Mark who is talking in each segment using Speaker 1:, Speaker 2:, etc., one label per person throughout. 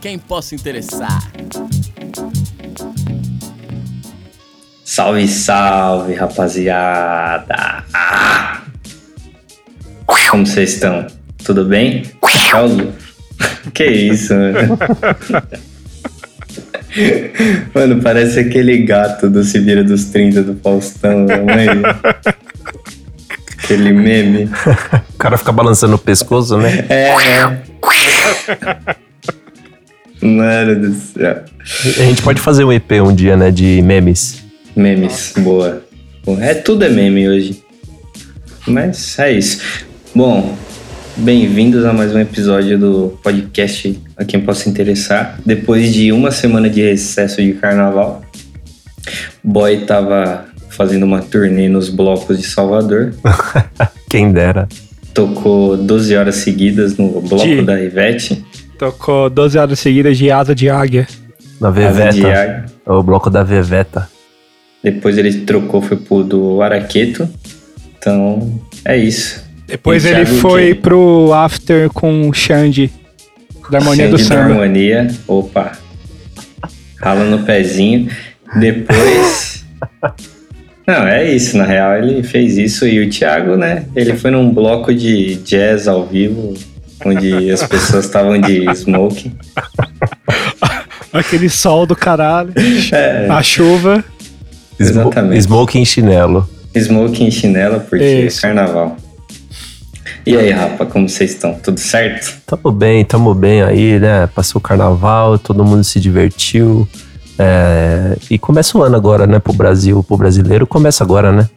Speaker 1: quem possa interessar.
Speaker 2: Salve, salve, rapaziada! Ah! Como vocês estão? Tudo bem? É o Lu. Que isso, mano? Mano, parece aquele gato do Se Vira dos 30 do Faustão, né, mãe? Aquele meme.
Speaker 3: O cara fica balançando o pescoço, né?
Speaker 2: É, é. Mano do céu.
Speaker 3: A gente pode fazer um EP um dia, né? De memes.
Speaker 2: Memes, boa. Bom, É tudo é meme hoje. Mas é isso. Bom, bem-vindos a mais um episódio do podcast A Quem Possa Interessar. Depois de uma semana de recesso de carnaval, Boy tava fazendo uma turnê nos blocos de Salvador.
Speaker 3: Quem dera.
Speaker 2: Tocou 12 horas seguidas no bloco
Speaker 4: De-
Speaker 2: da Ivete.
Speaker 4: Tocou 12 horas seguidas de asa de águia.
Speaker 3: Na
Speaker 2: Asa de
Speaker 3: Veveta. É
Speaker 2: Águia.
Speaker 3: O bloco da Veveta.
Speaker 2: Depois ele trocou, foi pro do Araqueto. Então, é isso.
Speaker 4: Depois
Speaker 2: E
Speaker 4: ele
Speaker 2: Thiago
Speaker 4: foi
Speaker 2: Gay.
Speaker 4: pro after com o Xande, da Harmonia do
Speaker 2: Sandy da
Speaker 4: Samba.
Speaker 2: Harmonia, opa. Rala no pezinho. Depois. Não, é isso, na real ele fez isso e o Thiago, né? Ele foi num bloco de jazz ao vivo, onde as pessoas estavam de smoke.
Speaker 4: Aquele sol do caralho,
Speaker 2: É,
Speaker 4: a chuva.
Speaker 3: Smo-
Speaker 2: Exatamente.
Speaker 3: Smoke em chinelo.
Speaker 2: smoke em chinela, porque
Speaker 4: Isso.
Speaker 2: é carnaval. E aí, rapa, como vocês estão? Tudo certo?
Speaker 3: Tamo bem, tamo bem aí, né? Passou o carnaval, todo mundo se divertiu. É, E começa o ano agora, né? Pro Brasil, pro brasileiro, começa agora, né?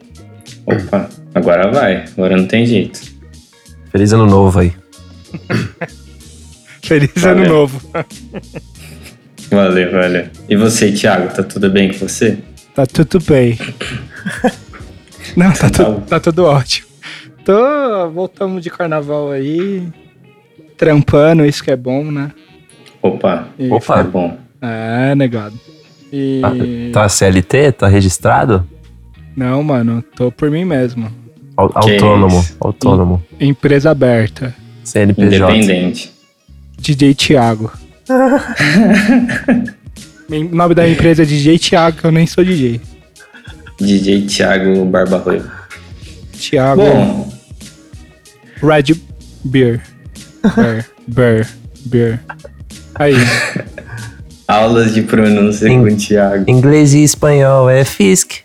Speaker 2: Opa, agora vai, agora não tem jeito.
Speaker 3: Feliz ano novo aí.
Speaker 4: Feliz
Speaker 2: Valeu.
Speaker 4: ano novo.
Speaker 2: Valeu, valeu. E você, Thiago, tá tudo bem com você?
Speaker 4: Tá tudo bem. Não, tá,
Speaker 2: Tá.
Speaker 4: tu, tá tudo ótimo. Tô, voltamos de carnaval aí, trampando, isso que é bom, né?
Speaker 2: Opa,
Speaker 4: E-
Speaker 2: tá
Speaker 3: Opa,
Speaker 2: bom.
Speaker 4: É, negado. E...
Speaker 3: tá CLT? Tá registrado?
Speaker 4: Não, mano, tô por mim mesmo.
Speaker 3: Au-
Speaker 2: Que
Speaker 3: Autônomo,
Speaker 2: isso.
Speaker 3: autônomo.
Speaker 4: Empresa aberta.
Speaker 3: CNPJ.
Speaker 2: Independente.
Speaker 4: DJ Thiago. o nome da empresa é DJ Thiago, que eu nem sou DJ.
Speaker 2: DJ Thiago Barba Ruiva.
Speaker 4: Thiago
Speaker 2: Bom,
Speaker 4: Red Beer. Beer, Beer, Beer. Aí,
Speaker 2: aulas de pronúncia
Speaker 3: Sim.
Speaker 2: com o Thiago.
Speaker 3: Inglês e espanhol é FISC.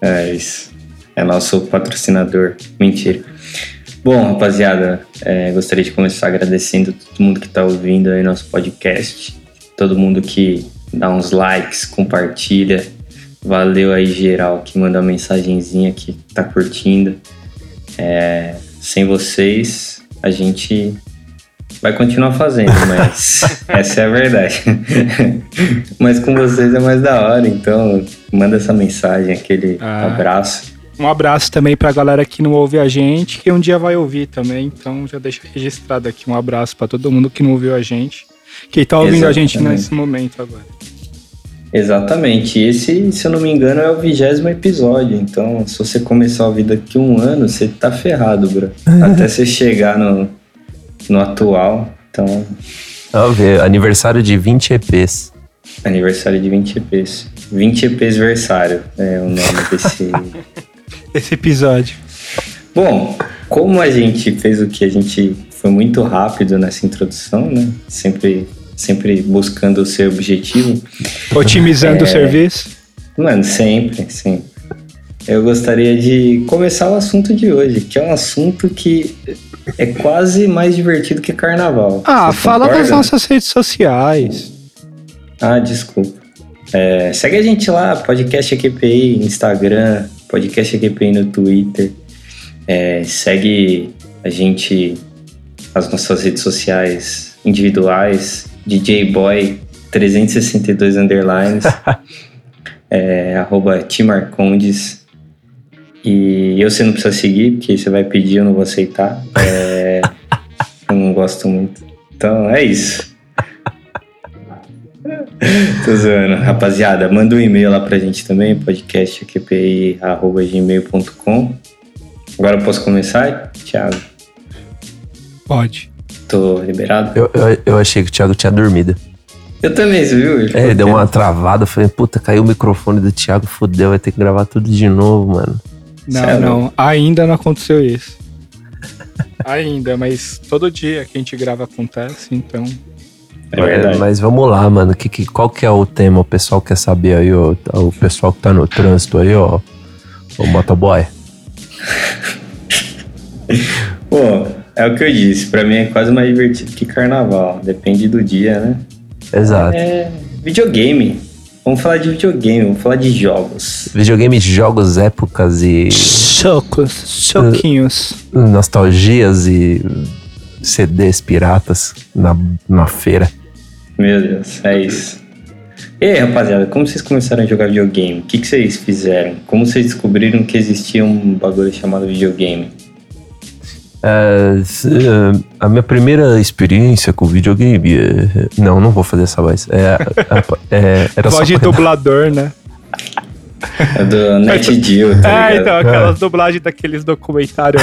Speaker 2: É isso. É nosso patrocinador. Mentira. Bom, rapaziada, é, gostaria de começar agradecendo todo mundo que tá ouvindo aí nosso podcast. Todo mundo que dá uns likes, compartilha. Valeu aí, geral, que manda uma mensagenzinha que tá curtindo. É, sem vocês, a gente vai continuar fazendo, mas essa é a verdade. mas com vocês é mais da hora, então manda essa mensagem, aquele
Speaker 4: Ah.
Speaker 2: abraço.
Speaker 4: um abraço também pra galera que não ouve a gente, que um dia vai ouvir também, então já deixa registrado aqui um abraço pra todo mundo que não ouviu a gente. Quem tá ouvindo a gente
Speaker 2: Exatamente.
Speaker 4: nesse momento agora.
Speaker 2: Exatamente. E Esse, se eu não me engano, é o vigésimo episódio. Então, se você começar a ouvir daqui um ano, você tá ferrado, bro. Até você chegar no, no atual. Então,
Speaker 3: Vamos ver, aniversário de 20 EPs.
Speaker 2: aniversário de 20 EPs. 20 EPs versário é o nome desse
Speaker 4: Esse episódio.
Speaker 2: Bom, como a gente fez o que a gente foi muito rápido nessa introdução, né? Sempre, sempre buscando o seu objetivo.
Speaker 4: Otimizando o serviço.
Speaker 2: Mano, sempre, sempre. Eu gostaria de começar o assunto de hoje, que é um assunto que é quase mais divertido que carnaval.
Speaker 4: Ah,
Speaker 2: Vocês
Speaker 4: fala
Speaker 2: concordam?
Speaker 4: das nossas redes sociais.
Speaker 2: Ah, desculpa. É, segue a gente lá, podcast QPI, Instagram, podcast QPI no Twitter. É, segue a gente as nossas redes sociais individuais, DJ Boy 362 underlines, é, arroba Timarcondes. E eu você não precisa seguir, porque você vai pedir, eu não vou aceitar. É, eu não gosto muito. Então é isso. Tô zoando. Rapaziada, manda um e-mail lá pra gente também, podcastqpi.gmail.com. Agora eu posso começar, Thiago?
Speaker 4: Pode.
Speaker 2: Tô liberado?
Speaker 3: Eu, eu, eu achei que o Thiago tinha dormido.
Speaker 2: Eu também, você viu?
Speaker 3: É, ele deu uma travada, falei, puta, caiu o microfone do Thiago, fudeu, vai ter que gravar tudo de novo, mano.
Speaker 4: Não,
Speaker 2: Sério?
Speaker 4: não. Ainda não aconteceu isso. Ainda, mas todo dia que a gente grava acontece, então.
Speaker 2: É verdade.
Speaker 3: É, mas vamos lá, mano. Que, que, qual que é o tema? O pessoal quer saber aí, ó, o pessoal que tá no trânsito aí, ó. O motoboy.
Speaker 2: Pô, é o que eu disse, pra mim é quase mais divertido que carnaval, depende do dia, né?
Speaker 3: Exato.
Speaker 2: É videogame. Vamos falar de videogame, vamos falar de jogos.
Speaker 3: Videogame, jogos, épocas e
Speaker 4: Chocos, choquinhos.
Speaker 3: nostalgias e CDs piratas na, na feira.
Speaker 2: Meu Deus, é isso. E aí, rapaziada, como vocês começaram a jogar videogame? O que, que vocês fizeram? Como vocês descobriram que existia um bagulho chamado videogame?
Speaker 3: É, se, é, a minha primeira experiência com videogame. é- Não, não vou fazer essa voz. É, é, é, era só
Speaker 4: Voz de
Speaker 3: pra-
Speaker 4: dublador, né?
Speaker 2: É do NetGeo, tá
Speaker 4: É, então,
Speaker 2: ligado?
Speaker 4: aquelas dublagens daqueles documentários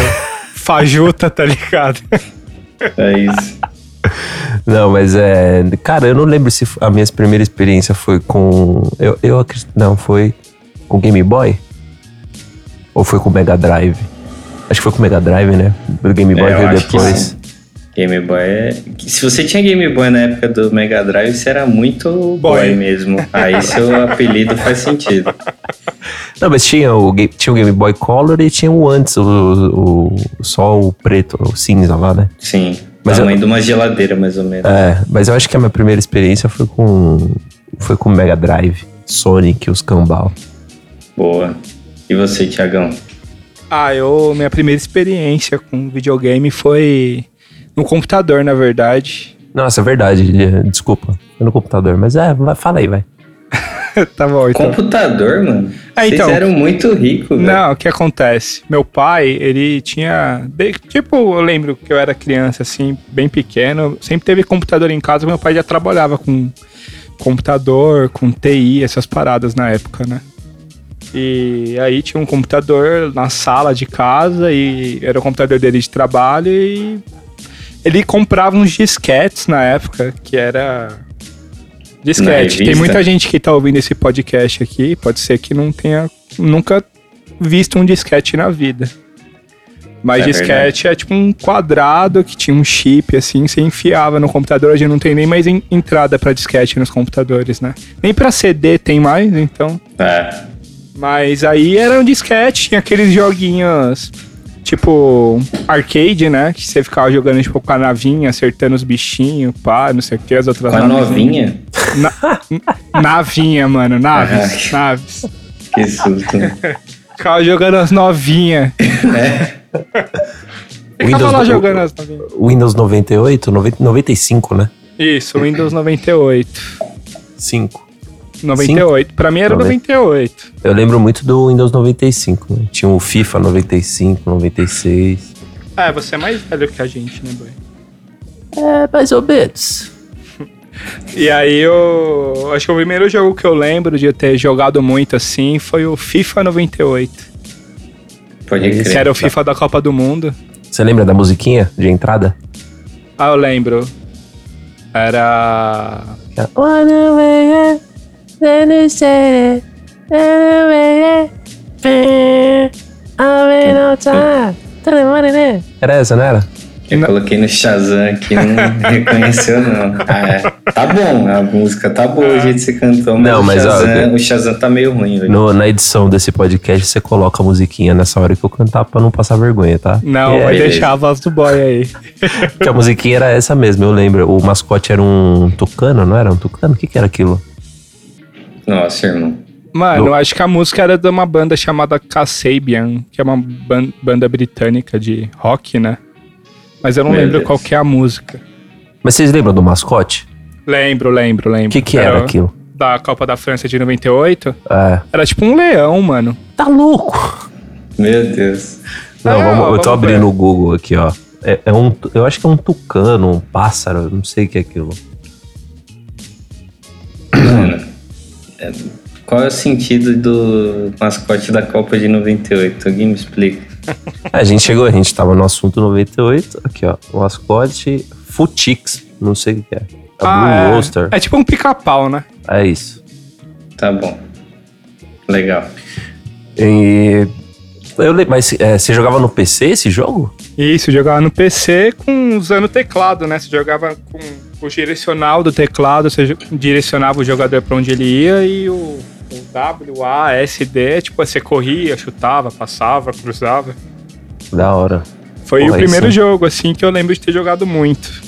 Speaker 4: fajuta, tá ligado?
Speaker 2: É isso.
Speaker 3: Não, mas é. Cara, eu não lembro se a minha primeira experiência foi com. Eu, eu acredito. Não, foi com Game Boy? Ou foi com Mega Drive? Acho que foi com Mega Drive, né? O Game Boy
Speaker 2: É, eu
Speaker 3: veio
Speaker 2: acho que
Speaker 3: depois.
Speaker 2: sim. Game Boy é. Se você tinha Game Boy na época do Mega Drive, você era muito boy
Speaker 4: Boy.
Speaker 2: mesmo. Aí seu apelido faz sentido.
Speaker 3: Não, mas tinha o, Ga- tinha o Game Boy Color e tinha o antes, o, o, o- só o preto, o cinza lá, né?
Speaker 2: Sim.
Speaker 3: Mas
Speaker 2: tamanho
Speaker 3: eu-
Speaker 2: de uma geladeira, mais ou menos.
Speaker 3: É, mas eu acho que a minha primeira experiência foi com. Foi com Mega Drive, Sonic, os Cambal.
Speaker 2: Boa. E você, Tiagão?
Speaker 4: Ah, eu. Minha primeira experiência com videogame foi no computador, na verdade.
Speaker 3: Nossa, é verdade, é, desculpa. Foi no computador, mas é, vai- fala aí, vai.
Speaker 4: tá bom, então.
Speaker 2: Computador, mano?
Speaker 4: Ah, então.
Speaker 2: Vocês eram muito ricos, velho.
Speaker 4: Não, o que acontece? Meu pai, ele tinha. de- tipo, eu lembro que eu era criança, assim, bem pequeno. Sempre teve computador em casa, meu pai já trabalhava com computador, com TI, essas paradas na época, né? E aí tinha um computador na sala de casa e era o computador dele de trabalho e ele comprava uns disquetes na época, que era.
Speaker 2: Na
Speaker 4: Disquete.
Speaker 2: revista?
Speaker 4: Tem muita gente que tá ouvindo esse podcast aqui, pode ser que não tenha nunca visto um disquete na vida. Mas
Speaker 2: É
Speaker 4: disquete é tipo um quadrado que tinha um chip assim, você enfiava no computador, hoje não tem nem mais en- entrada pra disquete nos computadores, né? Nem pra CD tem mais, então.
Speaker 2: É.
Speaker 4: Mas aí era um disquete, tinha aqueles joguinhos tipo arcade, né? Que você ficava jogando tipo com a navinha, acertando os bichinhos, pá, não sei o que, as outras
Speaker 2: Com a
Speaker 4: navezinhas.
Speaker 2: novinha?
Speaker 4: Navinha, mano,
Speaker 2: É.
Speaker 4: naves, naves.
Speaker 2: Que susto. né?
Speaker 4: Ficava jogando as novinhas.
Speaker 2: é.
Speaker 4: Ficava lá
Speaker 3: Windows-
Speaker 4: jogando as novinhas.
Speaker 3: Windows 98, 90, 95, né?
Speaker 4: Isso, Windows 98.
Speaker 3: 5.
Speaker 4: 98. Pra mim era 98.
Speaker 3: Eu lembro muito do Windows 95. Né? Tinha o FIFA 95, 96.
Speaker 4: Ah, você é mais velho que a gente, né, boy?
Speaker 3: É, mais ou menos.
Speaker 4: E aí eu. Acho que o primeiro jogo que eu lembro de eu ter jogado muito assim foi o FIFA 98.
Speaker 2: Pode
Speaker 3: Esse
Speaker 2: crer.
Speaker 4: Que era o FIFA da Copa do Mundo.
Speaker 3: Você lembra da musiquinha de entrada?
Speaker 4: Ah, eu lembro. Era.
Speaker 3: é, é, tá. Era essa, não era?
Speaker 2: Eu coloquei no Shazam aqui, não reconheceu, não. Ah, é. Tá bom, a música tá boa, o jeito que você cantou, mas,
Speaker 3: Não,
Speaker 2: o,
Speaker 3: mas, ó,
Speaker 2: Shazam, o Shazam tá meio ruim, velho.
Speaker 3: No- na edição desse podcast, você coloca a musiquinha nessa hora que eu cantar pra não passar vergonha, tá?
Speaker 4: Não,
Speaker 3: É,
Speaker 4: vai
Speaker 2: beleza.
Speaker 4: deixar a voz do boy aí.
Speaker 3: Porque a musiquinha era essa mesmo, eu lembro. O mascote era um tucano, não era um tucano? O que, que era aquilo?
Speaker 2: Nossa, irmão.
Speaker 4: Mano,
Speaker 3: Não.
Speaker 4: eu acho que a música era de uma banda chamada Kasabian, que é uma ban- banda britânica de rock, né? Mas eu não
Speaker 2: Meu
Speaker 4: lembro
Speaker 2: Deus.
Speaker 4: qual que é a música.
Speaker 3: Mas vocês lembram do mascote?
Speaker 4: Lembro, lembro, lembro.
Speaker 3: O que, que era aquilo?
Speaker 4: Da Copa da França de 98.
Speaker 3: É.
Speaker 4: Era tipo um leão, mano.
Speaker 3: Tá louco!
Speaker 2: Meu Deus.
Speaker 3: Não,
Speaker 4: Ah,
Speaker 3: vamos, eu tô
Speaker 4: vamos ver.
Speaker 3: abrindo o Google aqui, ó. É, é um, eu acho que é um tucano, um pássaro, eu não sei o que é aquilo.
Speaker 2: Mano, é, qual é o sentido do mascote da Copa de 98? Alguém me explica.
Speaker 3: A gente chegou, a gente tava no assunto 98, aqui ó, o mascote Futix, não sei o que é. A Blue
Speaker 4: é.
Speaker 3: Oyster.
Speaker 4: É tipo um pica-pau, né?
Speaker 3: É isso.
Speaker 2: Tá bom. Legal.
Speaker 3: E. Eu, le- mas é, você jogava no PC esse jogo?
Speaker 4: Isso, jogava no PC com, usando o teclado, né? Você jogava com o direcional do teclado, você jo- direcionava o jogador pra onde ele ia e o, o W, A, S, D, tipo, você corria, chutava, passava, cruzava.
Speaker 3: Da hora.
Speaker 4: Foi
Speaker 3: Porra,
Speaker 4: o primeiro
Speaker 3: isso.
Speaker 4: jogo, assim, que eu lembro de ter jogado muito.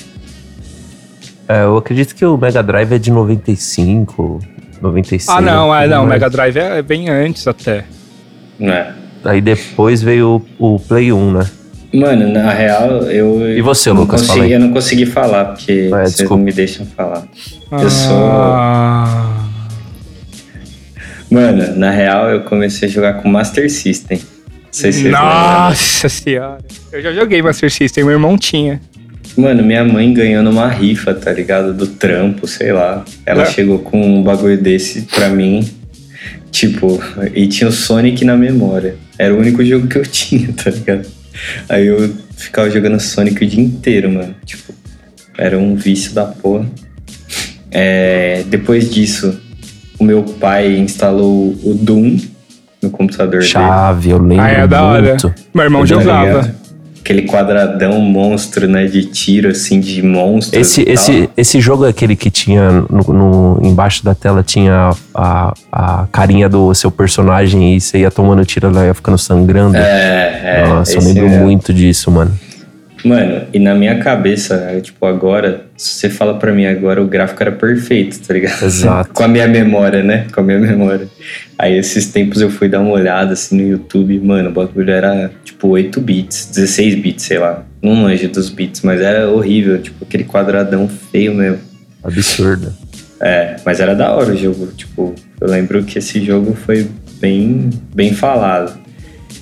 Speaker 3: É, eu acredito que o Mega Drive é de 95, 96.
Speaker 4: ah, não, é, não, o
Speaker 3: mas-
Speaker 4: Mega Drive é bem antes até.
Speaker 2: Não é?
Speaker 3: Aí depois veio o, o Play 1, né?
Speaker 2: Mano, na real, eu.
Speaker 3: E você,
Speaker 2: não
Speaker 3: Lucas?
Speaker 2: consegui-
Speaker 3: Fala aí.
Speaker 2: Eu não consegui falar, porque
Speaker 3: É,
Speaker 2: vocês
Speaker 3: desculpa.
Speaker 2: não me deixam falar. Eu
Speaker 4: Ah,
Speaker 2: Mano, na real, eu comecei a jogar com Master System. Não sei se vocês lembram.
Speaker 4: Nossa senhora. Eu já joguei Master System, meu irmão tinha.
Speaker 2: Mano, minha mãe ganhou numa rifa, tá ligado? Do trampo, sei lá. Ela
Speaker 4: É.
Speaker 2: chegou com um bagulho desse pra mim. Tipo, e tinha o Sonic na memória. Era o único jogo que eu tinha, tá ligado? Aí eu ficava jogando Sonic o dia inteiro, mano. Tipo, era um vício da porra. É, depois disso, o meu pai instalou o Doom no computador dele.
Speaker 3: Chave, eu lembro
Speaker 4: Ah, é da hora.
Speaker 3: muito.
Speaker 4: Meu irmão
Speaker 2: Tá
Speaker 4: jogava.
Speaker 3: Né?
Speaker 2: ligado? Aquele quadradão monstro, né? De tiro, assim, de monstro.
Speaker 3: Esse,
Speaker 2: e tal.
Speaker 3: esse, esse jogo é aquele que tinha no, no- embaixo da tela tinha a, a carinha do seu personagem e você ia tomando tiro, ela ia ficando sangrando.
Speaker 2: É, é.
Speaker 3: Nossa, eu
Speaker 2: esse
Speaker 3: lembro
Speaker 2: é.
Speaker 3: muito disso, mano.
Speaker 2: Mano, e na minha cabeça, eu, tipo, agora, se você fala pra mim agora, o gráfico era perfeito, tá ligado?
Speaker 3: Exato.
Speaker 2: Com a minha memória, né? Com a minha memória. Aí esses tempos eu fui dar uma olhada assim no YouTube, mano, o bagulho era tipo 8 bits, 16 bits, sei lá. Não longe dos bits, mas era horrível, tipo, aquele quadradão feio mesmo.
Speaker 3: Absurdo.
Speaker 2: É, mas era da hora o jogo. Tipo, eu lembro que esse jogo foi bem, bem falado.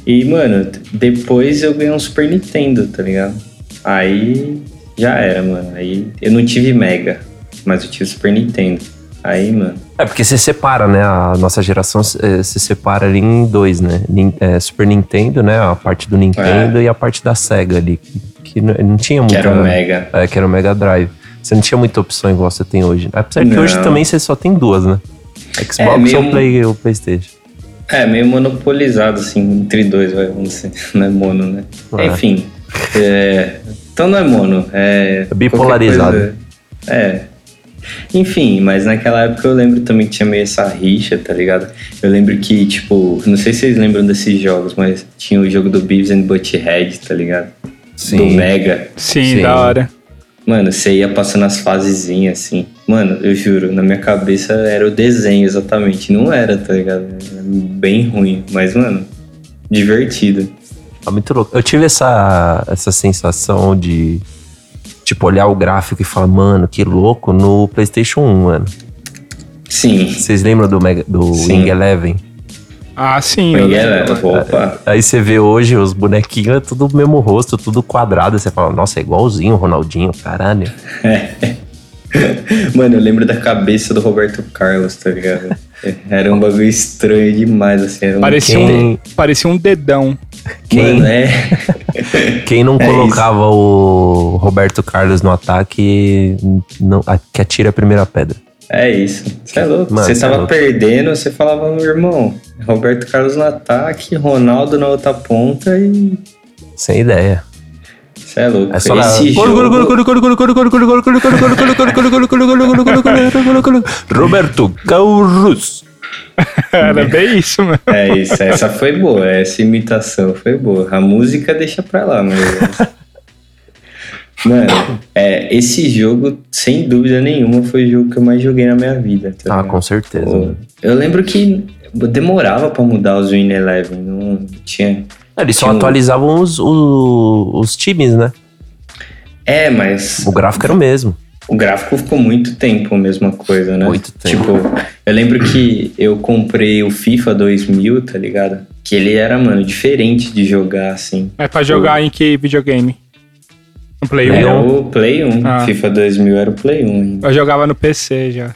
Speaker 2: E, mano, t- depois eu ganhei um Super Nintendo, tá ligado? Aí já era, mano. Aí eu não tive Mega, mas eu tive Super Nintendo. Aí, mano.
Speaker 3: É, porque você separa, né? A nossa geração eh, se separa ali em dois, né? Nin- eh, Super Nintendo, né? A parte do Nintendo e a parte da SEGA ali. Que, que não, não tinha
Speaker 2: É. Que
Speaker 3: muita...
Speaker 2: era o Mega.
Speaker 3: É, que era o Mega Drive. Você não tinha muita opção igual você tem hoje. Apesar que
Speaker 2: Não.
Speaker 3: hoje também você só tem duas, né? Xbox
Speaker 2: É, meio-
Speaker 3: ou Play, ou Playstation.
Speaker 2: É, meio monopolizado, assim, entre dois, vai, vamos dizer. Não é mono, né?
Speaker 3: É.
Speaker 2: Enfim. é, então não é mono. É
Speaker 3: É bipolarizado.
Speaker 2: qualquer coisa- é. Enfim, mas naquela época eu lembro também que tinha meio essa rixa, tá ligado? Eu lembro que, tipo, não sei se vocês lembram desses jogos, mas tinha o jogo do Beavis and Butthead, tá ligado? Do Mega.
Speaker 4: Sim,
Speaker 3: Sim.
Speaker 4: da hora.
Speaker 2: Mano, você ia passando as fasezinhas assim. Mano, eu juro, na minha cabeça era o desenho exatamente. Não era, tá ligado? Era bem ruim, mas, mano, divertido.
Speaker 3: É muito louco. Eu tive essa, essa sensação de, tipo, olhar o gráfico e falar, mano, que louco, no PlayStation 1, mano.
Speaker 2: Sim.
Speaker 3: Vocês lembram do, Mega, do
Speaker 2: Sim.
Speaker 3: Wing Eleven?
Speaker 4: Ah, sim. eu
Speaker 2: Miguel,
Speaker 4: lembro.
Speaker 2: é, opa.
Speaker 3: Aí você vê hoje os bonequinhos, é tudo o mesmo rosto, tudo quadrado. Você fala, nossa, é igualzinho o Ronaldinho, caralho.
Speaker 2: Mano, eu lembro da cabeça do Roberto Carlos, tá ligado? Era um bagulho estranho demais, assim. Era um...
Speaker 4: Parecia,
Speaker 3: Quem-
Speaker 4: um, parecia um dedão.
Speaker 3: Quem,
Speaker 2: Mano, é.
Speaker 3: quem não
Speaker 2: É
Speaker 3: colocava o Roberto Carlos no ataque, não, a- que atira a primeira pedra.
Speaker 2: É isso. Você é louco.
Speaker 3: Mano,
Speaker 2: você
Speaker 3: cê é
Speaker 2: tava
Speaker 3: louco.
Speaker 2: perdendo, você falava, meu irmão, Roberto Carlos no ataque, Ronaldo na outra ponta e.
Speaker 3: Sem ideia.
Speaker 2: Você é louco.
Speaker 3: É só lá.
Speaker 2: Esse jogo...
Speaker 3: Roberto Carlos.
Speaker 4: Era bem isso, mano.
Speaker 2: É isso, essa foi boa, essa imitação foi boa. A música deixa pra lá, mas. Mano, é, esse jogo, sem dúvida nenhuma, foi o jogo que eu mais joguei na minha vida. tá
Speaker 3: Ah,
Speaker 2: ligado?
Speaker 3: com certeza.
Speaker 2: Pô,
Speaker 3: mano.
Speaker 2: Eu lembro que demorava pra mudar os Win Eleven, não tinha.
Speaker 3: Eles só
Speaker 2: Tinha um-
Speaker 3: atualizavam os, o- os times, né?
Speaker 2: É, mas
Speaker 3: O gráfico era o mesmo.
Speaker 2: o gráfico ficou muito tempo a mesma coisa, né?
Speaker 3: Muito tempo.
Speaker 2: Tipo, eu lembro que eu comprei o FIFA 2000, tá ligado? Que ele era, mano, diferente de jogar assim.
Speaker 4: Mas É pra jogar em que videogame? No Um Play 1.
Speaker 2: Era
Speaker 4: Eu...
Speaker 2: É, o Play 1.
Speaker 4: Ah.
Speaker 2: FIFA 2000 era o Play 1 ainda.
Speaker 4: jogava no PC já.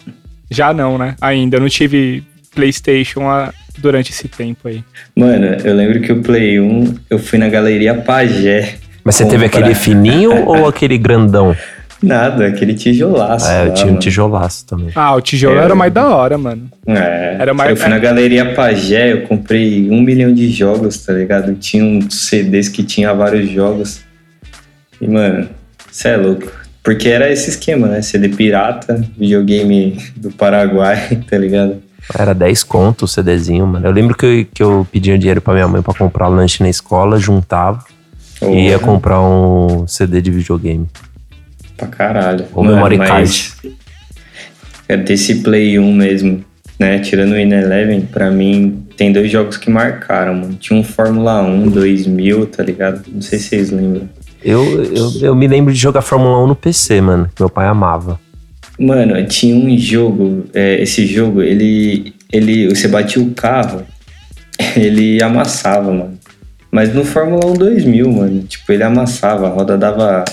Speaker 4: Já não, né? Ainda. Eu não tive PlayStation a- durante esse tempo aí.
Speaker 2: Mano, eu lembro que o Play 1, eu fui na galeria Pajé.
Speaker 3: Mas você teve
Speaker 2: comprar.
Speaker 3: aquele fininho ou aquele grandão?
Speaker 2: Nada, aquele tijolaço.
Speaker 3: É, eu
Speaker 2: lá,
Speaker 3: tinha um
Speaker 2: mano.
Speaker 3: tijolaço também.
Speaker 4: Ah, o tijolo
Speaker 2: É.
Speaker 4: era o mais da hora, mano.
Speaker 2: É,
Speaker 4: Era uma-
Speaker 2: eu fui na Galeria Pagé, eu comprei um milhão de jogos, tá ligado? Tinha uns CDs que tinha vários jogos. E, mano, cê é louco. Porque era esse esquema, né? CD pirata, videogame do Paraguai, tá ligado?
Speaker 3: Era 10 conto o CDzinho, mano. Eu lembro que eu, que eu pedia dinheiro pra minha mãe pra comprar um lanche na escola, juntava
Speaker 2: Ou,
Speaker 3: e ia comprar um CD de videogame.
Speaker 2: Pra caralho.
Speaker 3: Ou
Speaker 2: Mano,
Speaker 3: memory
Speaker 2: mas-
Speaker 3: card.
Speaker 2: É desse Play 1 mesmo, né? Tirando o In Eleven, pra mim tem dois jogos que marcaram, mano. Tinha um Fórmula 1 2000, tá ligado? Não sei se vocês lembram.
Speaker 3: Eu, eu, eu me lembro de jogar Fórmula 1 no PC, mano, que meu pai amava.
Speaker 2: Mano, tinha um jogo, é, esse jogo, ele, ele, você batia o carro, ele amassava, mano. Mas no Fórmula 1 2000, mano, tipo, ele amassava, a roda dava,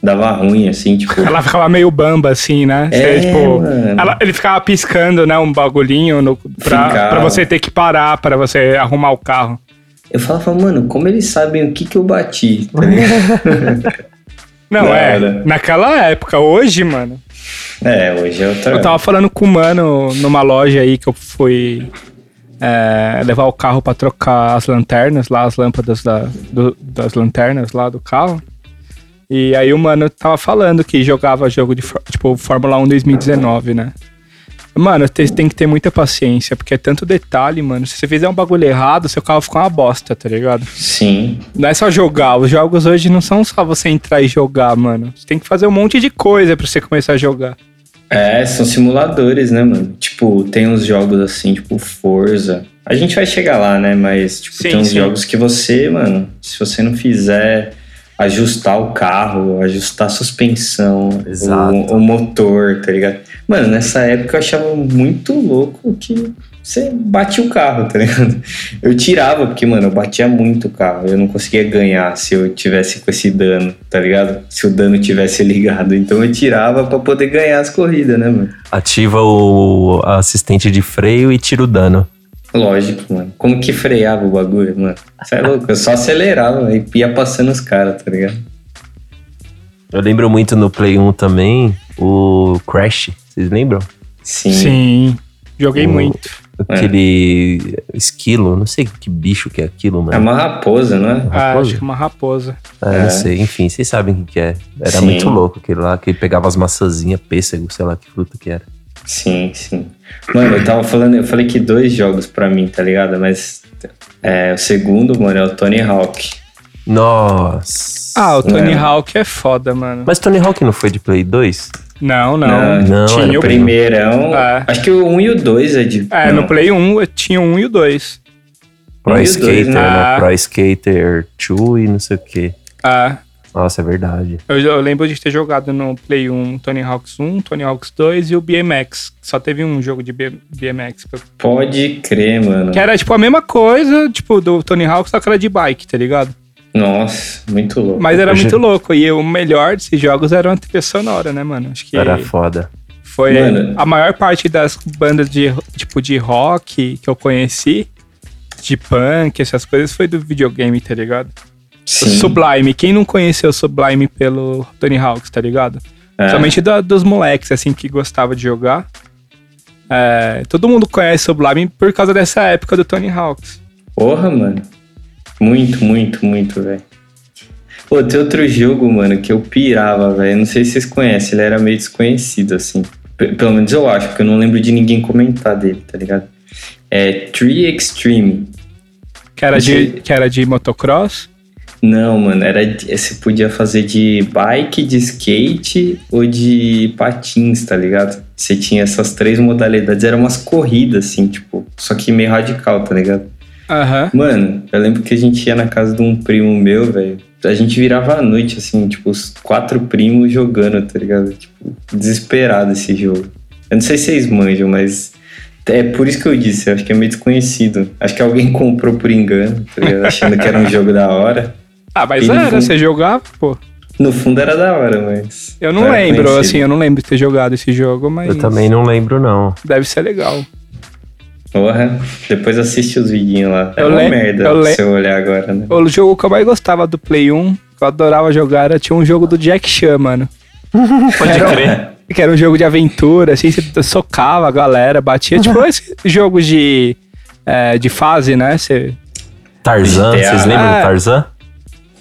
Speaker 2: dava ruim, assim, tipo...
Speaker 4: Ela ficava meio bamba, assim, né? Você,
Speaker 2: É,
Speaker 4: tipo,
Speaker 2: mano.
Speaker 4: ela- ele ficava piscando, né? Um bagulhinho no, pra,
Speaker 2: Ficava.
Speaker 4: pra você ter que parar, pra você arrumar o carro.
Speaker 2: Eu falava, mano, como eles sabem o que que eu bati, tá ligado?
Speaker 4: Não,
Speaker 2: Da
Speaker 4: é.
Speaker 2: hora.
Speaker 4: Naquela época, hoje, mano.
Speaker 2: É, hoje é outra...
Speaker 4: Eu tava falando com o mano numa loja aí que eu fui é, levar o carro pra trocar as lanternas lá, as lâmpadas da- do- das lanternas lá do carro. E aí o mano tava falando que jogava jogo de fór- tipo Fórmula 1 2019, né? Mano, te- tem que ter muita paciência, porque é tanto detalhe, mano. Se você fizer um bagulho errado, seu carro fica uma bosta, tá ligado?
Speaker 2: Sim,
Speaker 4: Não é só jogar. Os jogos hoje não são só você entrar e jogar, mano. Você tem que fazer um monte de coisa pra você começar a jogar.
Speaker 2: É, são simuladores, né, mano? Tipo, tem uns jogos assim, tipo Forza. A gente vai chegar lá, né? Mas, tipo,
Speaker 4: Sim,
Speaker 2: tem uns
Speaker 4: sim.
Speaker 2: jogos que você, mano, se você não fizer ajustar o carro, ajustar a suspensão,
Speaker 3: Exato.
Speaker 2: O, o motor, tá ligado? Mano, nessa época eu achava muito louco que você bate o carro, tá ligado? Eu tirava, porque, mano, eu batia muito o carro. Eu não conseguia ganhar se eu tivesse com esse dano, tá ligado? Se o dano tivesse ligado. Então eu tirava pra poder ganhar as corridas, né, mano?
Speaker 3: Ativa o assistente de freio e tira o dano.
Speaker 2: Lógico, mano. Como que freava o bagulho, mano? Você é louco? Eu só acelerava e ia passando os caras, tá ligado?
Speaker 3: Eu lembro muito no Play 1 também, o Crash, vocês lembram?
Speaker 2: Sim.
Speaker 4: Sim. Joguei
Speaker 3: O-
Speaker 4: muito.
Speaker 3: Aquele esquilo, não sei que bicho que é aquilo,
Speaker 2: É
Speaker 3: mano.
Speaker 2: uma raposa, não é?
Speaker 4: Ah,
Speaker 3: Raposa?
Speaker 4: acho que uma raposa.
Speaker 3: Ah, não sei, enfim, vocês sabem o que que é. Era
Speaker 2: Sim.
Speaker 3: muito louco aquele lá, que pegava as maçãzinhas, pêssego, sei lá que fruta que era.
Speaker 2: Sim, sim. Mano, eu tava falando, eu falei que dois jogos pra mim, tá ligado? Mas é, o segundo, mano, é o Tony Hawk.
Speaker 3: Nossa!
Speaker 4: Ah, o Tony
Speaker 2: É.
Speaker 4: Hawk é foda, mano.
Speaker 3: Mas Tony Hawk não foi de Play 2?
Speaker 4: Não, não.
Speaker 3: Não, não,
Speaker 4: tinha
Speaker 3: era
Speaker 4: o...
Speaker 2: O primeirão.
Speaker 4: É.
Speaker 2: Acho que o 1 um e o 2 é de.
Speaker 4: É,
Speaker 2: não.
Speaker 4: no Play 1 eu tinha o 1 e o 2.
Speaker 3: Pro
Speaker 2: Meu Deus,
Speaker 3: Skater,
Speaker 2: né?
Speaker 3: né?
Speaker 4: Ah.
Speaker 3: Pro Skater 2 e não sei o que.
Speaker 4: Ah,
Speaker 3: Nossa, é verdade.
Speaker 4: eu, eu lembro de ter jogado no Play 1 Tony Hawks 1, Tony Hawks 2 e o BMX. Só teve um jogo de B- BMX. que eu-
Speaker 2: Pode crer, mano.
Speaker 4: Que era tipo a mesma coisa, tipo, do Tony Hawks, só que era de bike, tá ligado?
Speaker 2: Nossa, muito louco.
Speaker 4: Mas era
Speaker 3: Eu já-
Speaker 4: muito louco. E o melhor desses jogos era a trilha sonora, né, mano? Acho que
Speaker 3: Era foda.
Speaker 4: foi
Speaker 2: Mano.
Speaker 4: a maior parte das bandas de tipo de rock que eu conheci, de punk, essas coisas foi do videogame, tá ligado?
Speaker 2: Sim.
Speaker 4: Sublime, quem não conheceu Sublime pelo Tony Hawks, tá ligado?
Speaker 2: É.
Speaker 4: Somente da- dos moleques assim que gostava de jogar. É, todo mundo conhece Sublime por causa dessa época do Tony Hawks.
Speaker 2: Porra, mano. Muito, muito, muito, velho. Pô, tem outro jogo, mano, que eu pirava, velho. Não sei se vocês conhecem, ele era meio desconhecido, assim. P- pelo menos eu acho, porque eu não lembro de ninguém comentar dele, tá ligado? É Tree Extreme.
Speaker 4: Que era de, que era de motocross.
Speaker 2: Não, mano, era de- você podia fazer de bike, de skate ou de patins, tá ligado? Você tinha essas três modalidades, eram umas corridas, assim, tipo, só que meio radical, tá ligado?
Speaker 4: Aham.
Speaker 2: Mano, eu lembro que a gente ia na casa de um primo meu, velho. A gente virava à noite, assim, tipo, os quatro primos jogando, tá ligado? Tipo, desesperado esse jogo. Eu não sei se vocês manjam, mas é por isso que eu disse, eu acho que é meio desconhecido. Acho que alguém comprou por engano, tá ligado? Achando que era um jogo da hora.
Speaker 4: Ah, mas
Speaker 2: Ele
Speaker 4: era,
Speaker 2: foi-
Speaker 4: você jogava, pô.
Speaker 2: No fundo era da hora, mas.
Speaker 4: Eu não
Speaker 2: era
Speaker 4: lembro,
Speaker 2: conhecido.
Speaker 4: assim, eu não lembro de ter jogado esse jogo, mas
Speaker 3: Eu também não lembro, não.
Speaker 4: deve ser legal.
Speaker 2: Porra, depois assiste os vidinhos lá. É
Speaker 4: Eu
Speaker 2: uma
Speaker 4: le-
Speaker 2: merda
Speaker 4: eu le-
Speaker 2: se eu olhar agora, né?
Speaker 4: O jogo que eu mais gostava do Play 1, que eu adorava jogar, era tinha um jogo do um Jack Chan, mano.
Speaker 3: Pode
Speaker 4: Era-
Speaker 3: crer.
Speaker 4: Que era um jogo de aventura, assim, você socava a galera, batia. Tipo esse jogo de, é, de fase, né? Você,
Speaker 3: Tarzan,
Speaker 2: GTA.
Speaker 3: vocês lembram
Speaker 4: Ah.
Speaker 3: do Tarzan?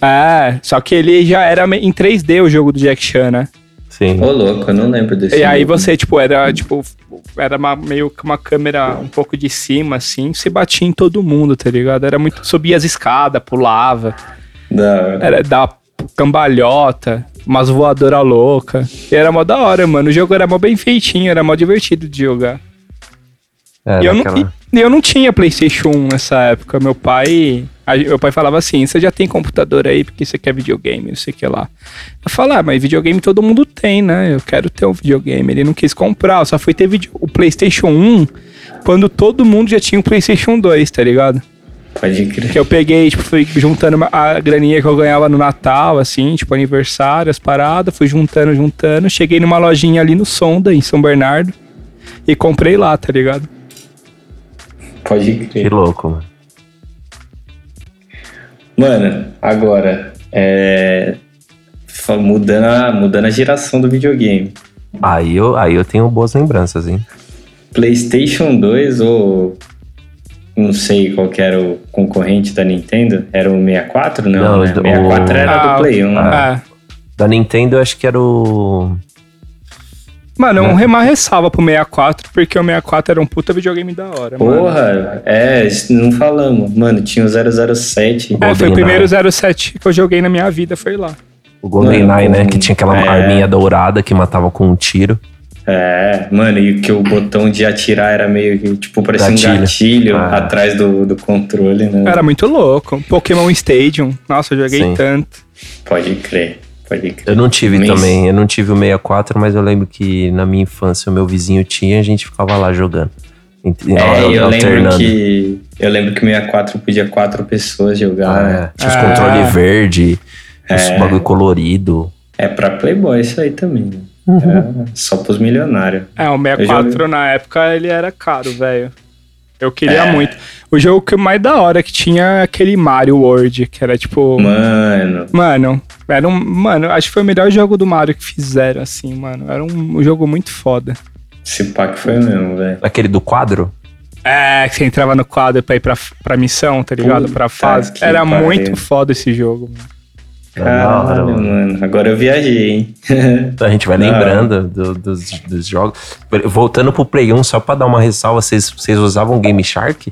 Speaker 4: é, só que ele já era me- em 3D o jogo do Jack Chan, né?
Speaker 3: Sim.
Speaker 2: Ô, louco, eu não lembro desse.
Speaker 4: E aí
Speaker 2: jogo.
Speaker 4: você, tipo, era tipo, era uma- meio que uma câmera um pouco de cima, assim, você batia em todo mundo, tá ligado? Era muito. Subia as escadas, pulava,
Speaker 2: Da hora.
Speaker 4: era da cambalhota, umas voadora louca. E era mó da hora, mano. O jogo era mó bem feitinho, era mó divertido de jogar.
Speaker 3: É,
Speaker 4: E eu,
Speaker 3: daquela-
Speaker 4: não, e eu não tinha PlayStation 1 nessa época. Meu pai. a- meu pai falava assim: você já tem computador aí porque você quer videogame, não sei o que lá. Eu falava, ah, mas videogame todo mundo tem, né? Eu quero ter um videogame. Ele não quis comprar, eu só fui ter vide- o PlayStation 1 quando todo mundo já tinha o PlayStation 2, tá ligado?
Speaker 2: Pode crer.
Speaker 4: Que eu peguei, tipo, fui juntando uma- a graninha que eu ganhava no Natal, assim, tipo, aniversário, as paradas, fui juntando, juntando. Cheguei numa lojinha ali no Sonda, em São Bernardo, e comprei lá, tá ligado?
Speaker 2: Pode
Speaker 3: Que
Speaker 2: crer.
Speaker 3: louco, mano.
Speaker 2: Mano, agora, é, fa- mudando, a, mudando a geração do videogame.
Speaker 3: Aí eu, aí eu tenho boas lembranças, hein?
Speaker 2: PlayStation 2 ou. Não sei qual que era o concorrente da Nintendo. Era o 64? Não,
Speaker 3: Não,
Speaker 2: né?
Speaker 3: o-
Speaker 2: 64 era
Speaker 4: Ah,
Speaker 2: do Play 1. né?
Speaker 4: Ah.
Speaker 3: Da Nintendo eu acho que era o.
Speaker 4: Mano,
Speaker 3: Né?
Speaker 4: um remar ressalva pro 64, porque o 64 era um puta videogame da hora, mano.
Speaker 2: Porra, é, isso não falamos. Mano, tinha o 007.
Speaker 4: É, foi o
Speaker 3: GoldenEye.
Speaker 4: primeiro 07 que eu joguei na minha vida, foi lá.
Speaker 3: O GoldenEye,
Speaker 2: Mano,
Speaker 3: né? Que tinha aquela
Speaker 2: é.
Speaker 3: arminha dourada que matava com um tiro.
Speaker 2: É, mano, e que o botão de atirar era meio que, tipo, parecia um
Speaker 3: Gatilho.
Speaker 2: gatilho
Speaker 3: Ah.
Speaker 2: atrás do, do controle, né?
Speaker 4: Era muito louco. Pokémon Stadium. Nossa, eu joguei
Speaker 3: Sim.
Speaker 4: tanto.
Speaker 2: Pode crer, pode crer.
Speaker 3: Eu não tive
Speaker 2: Mas-
Speaker 3: também, eu não tive o 64, mas eu lembro que na minha infância o meu vizinho tinha e a gente ficava lá jogando. Ent-
Speaker 2: É,
Speaker 3: al-
Speaker 2: eu lembro
Speaker 3: alternando.
Speaker 2: que. Eu lembro que o 64 podia quatro pessoas jogar, né?
Speaker 3: É, tinha os
Speaker 4: Ah.
Speaker 3: controle verde, os bagulho colorido.
Speaker 2: É pra Playboy isso aí também, né? É, só pros milionários.
Speaker 4: É, o
Speaker 2: Eu
Speaker 4: 64
Speaker 2: joguei.
Speaker 4: na época ele era caro, velho. Eu queria
Speaker 2: É.
Speaker 4: muito. O jogo que mais da hora que tinha é aquele Mario World, que era tipo.
Speaker 2: Mano,
Speaker 4: Mano, era um. Mano, acho que foi o melhor jogo do Mario que fizeram, assim, mano. Era um jogo muito foda.
Speaker 2: esse pack foi mesmo, velho.
Speaker 3: Aquele do quadro?
Speaker 4: É, que você entrava no quadro pra ir pra, pra missão, tá ligado?
Speaker 2: Puta
Speaker 4: pra fase.
Speaker 2: que
Speaker 4: Era
Speaker 2: pariu.
Speaker 4: muito foda esse jogo. mano.
Speaker 3: Da hora,
Speaker 2: Caralho,
Speaker 3: mano.
Speaker 2: mano. Agora eu viajei, hein?
Speaker 3: A gente vai
Speaker 2: Da hora.
Speaker 3: lembrando do- dos, dos jogos. Voltando pro Play 1, só pra dar uma ressalva, vocês, vocês usavam Game Shark?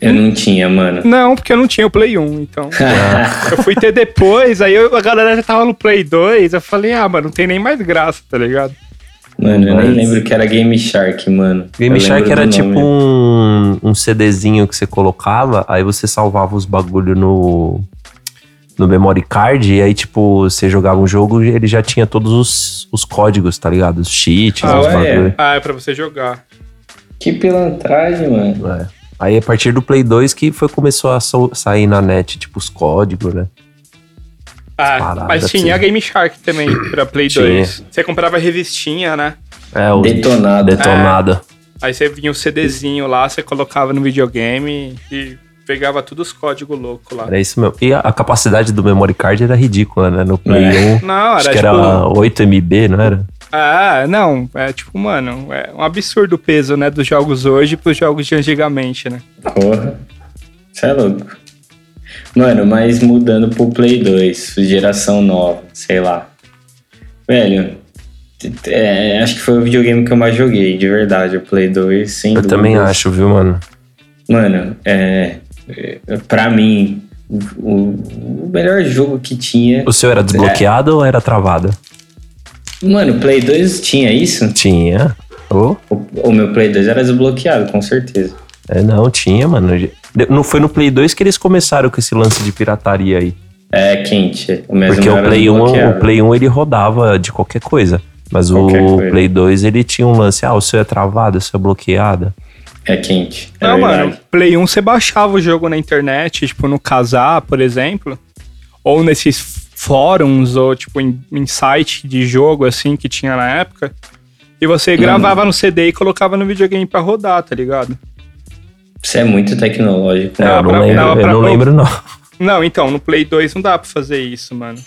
Speaker 2: Eu não tinha, mano.
Speaker 4: Não, porque eu não tinha o Play 1, então. eu fui ter depois, aí eu- a galera já tava no Play 2. Eu falei, ah, mano, não tem nem mais graça, tá ligado?
Speaker 2: Mano, eu nem
Speaker 3: Mas-
Speaker 2: lembro que era Game Shark, mano.
Speaker 3: Game
Speaker 2: Eu
Speaker 3: Shark
Speaker 2: lembro
Speaker 3: era
Speaker 2: do
Speaker 3: tipo
Speaker 2: nome.
Speaker 3: um, um CDzinho que você colocava, aí você salvava os bagulho no, no memory card, e aí, tipo, você jogava um jogo e ele já tinha todos os, os códigos, tá ligado? Os cheats,
Speaker 4: Ah,
Speaker 3: os
Speaker 2: é?
Speaker 3: bagulho.
Speaker 4: Ah, é pra você jogar.
Speaker 2: Que pilantragem, mano.
Speaker 3: É. Aí a partir do Play 2 que foi começou a so- sair na net, tipo, os códigos, né?
Speaker 4: Ah,
Speaker 3: Parada,
Speaker 4: mas tinha a
Speaker 3: sim.
Speaker 4: Game Shark também pra Play
Speaker 3: assim. Tinha.
Speaker 4: 2. Você comprava revistinha, né?
Speaker 3: É, o
Speaker 2: Detonado.
Speaker 3: detonada.
Speaker 4: Aí você vinha o CDzinho lá, você colocava no videogame e pegava todos os códigos loucos lá.
Speaker 3: Era isso mesmo. E a, a capacidade do memory card era ridícula, né? No Play
Speaker 2: É.
Speaker 3: 1,
Speaker 4: Não,
Speaker 3: acho
Speaker 4: era
Speaker 3: que
Speaker 4: tipo.
Speaker 3: era 8 MB, não era?
Speaker 4: Ah, não, é tipo, mano, é um absurdo o peso, né, dos jogos hoje pros jogos de antigamente, né?
Speaker 2: Porra. Você é louco. Mano, mas mudando pro Play 2, geração nova, sei lá. Velho, t- t- é, acho que foi o videogame que eu mais joguei, de verdade, o Play 2, sem
Speaker 3: Eu
Speaker 2: dúvida.
Speaker 3: também acho, viu, mano?
Speaker 2: Mano, é, é, pra mim, o, o- o melhor jogo que tinha.
Speaker 3: O seu era desbloqueado ou era travado?
Speaker 2: Mano, o Play 2 tinha isso?
Speaker 3: Tinha. Ô,
Speaker 2: O, o meu Play 2 era desbloqueado, com certeza.
Speaker 3: é, não, tinha, mano. De- Não foi no Play 2 que eles começaram com esse lance de pirataria aí.
Speaker 2: É quente. O mesmo
Speaker 3: Porque
Speaker 2: não
Speaker 3: o
Speaker 2: era
Speaker 3: Play, 1,
Speaker 2: desbloqueado.
Speaker 3: o Play 1 ele rodava de qualquer coisa. Mas
Speaker 2: Qualquer
Speaker 3: o
Speaker 2: coisa.
Speaker 3: Play 2 ele tinha um lance, ah, o seu é travado, o seu é bloqueado.
Speaker 2: É quente. É
Speaker 4: não,
Speaker 2: verdade.
Speaker 4: Ah, mano, Play 1 você baixava o jogo na internet, tipo, no Casar, por exemplo, ou nesses fóruns, ou tipo, em, em site de jogo, assim, que tinha na época, e
Speaker 2: Uhum.
Speaker 4: você gravava no CD e colocava no videogame pra rodar, tá ligado?
Speaker 2: Isso é muito tecnológico.
Speaker 3: É,
Speaker 2: né?
Speaker 4: Não,
Speaker 3: eu não
Speaker 4: Ah, pra-
Speaker 3: lembro,
Speaker 4: dava
Speaker 3: eu
Speaker 4: pra-
Speaker 3: não lembro não.
Speaker 4: É Não, então, no Play 2 não dá pra fazer isso, mano.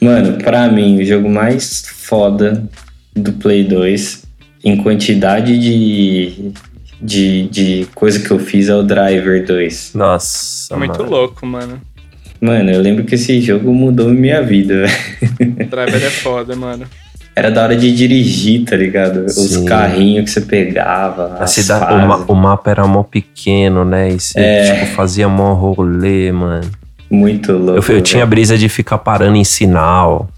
Speaker 2: Mano, pra mim, o jogo mais foda do Play 2, em quantidade de, de, de coisa que eu fiz, é o Driver 2.
Speaker 3: Nossa.
Speaker 2: Tá
Speaker 4: Muito
Speaker 3: mano.
Speaker 4: louco, mano.
Speaker 2: Mano, eu lembro que esse jogo mudou minha vida. velho.
Speaker 4: O driver é foda, mano.
Speaker 2: Era da hora de dirigir, tá ligado?
Speaker 3: Sim.
Speaker 2: Os carrinhos que você pegava.
Speaker 3: A
Speaker 2: as
Speaker 3: cidade, o,
Speaker 2: fases.
Speaker 3: ma- o mapa era mó pequeno, né? E você,
Speaker 2: É.
Speaker 3: tipo, fazia mó rolê, mano.
Speaker 2: Muito louco.
Speaker 3: Eu, eu tinha a
Speaker 2: velho.
Speaker 3: brisa de ficar parando em sinal.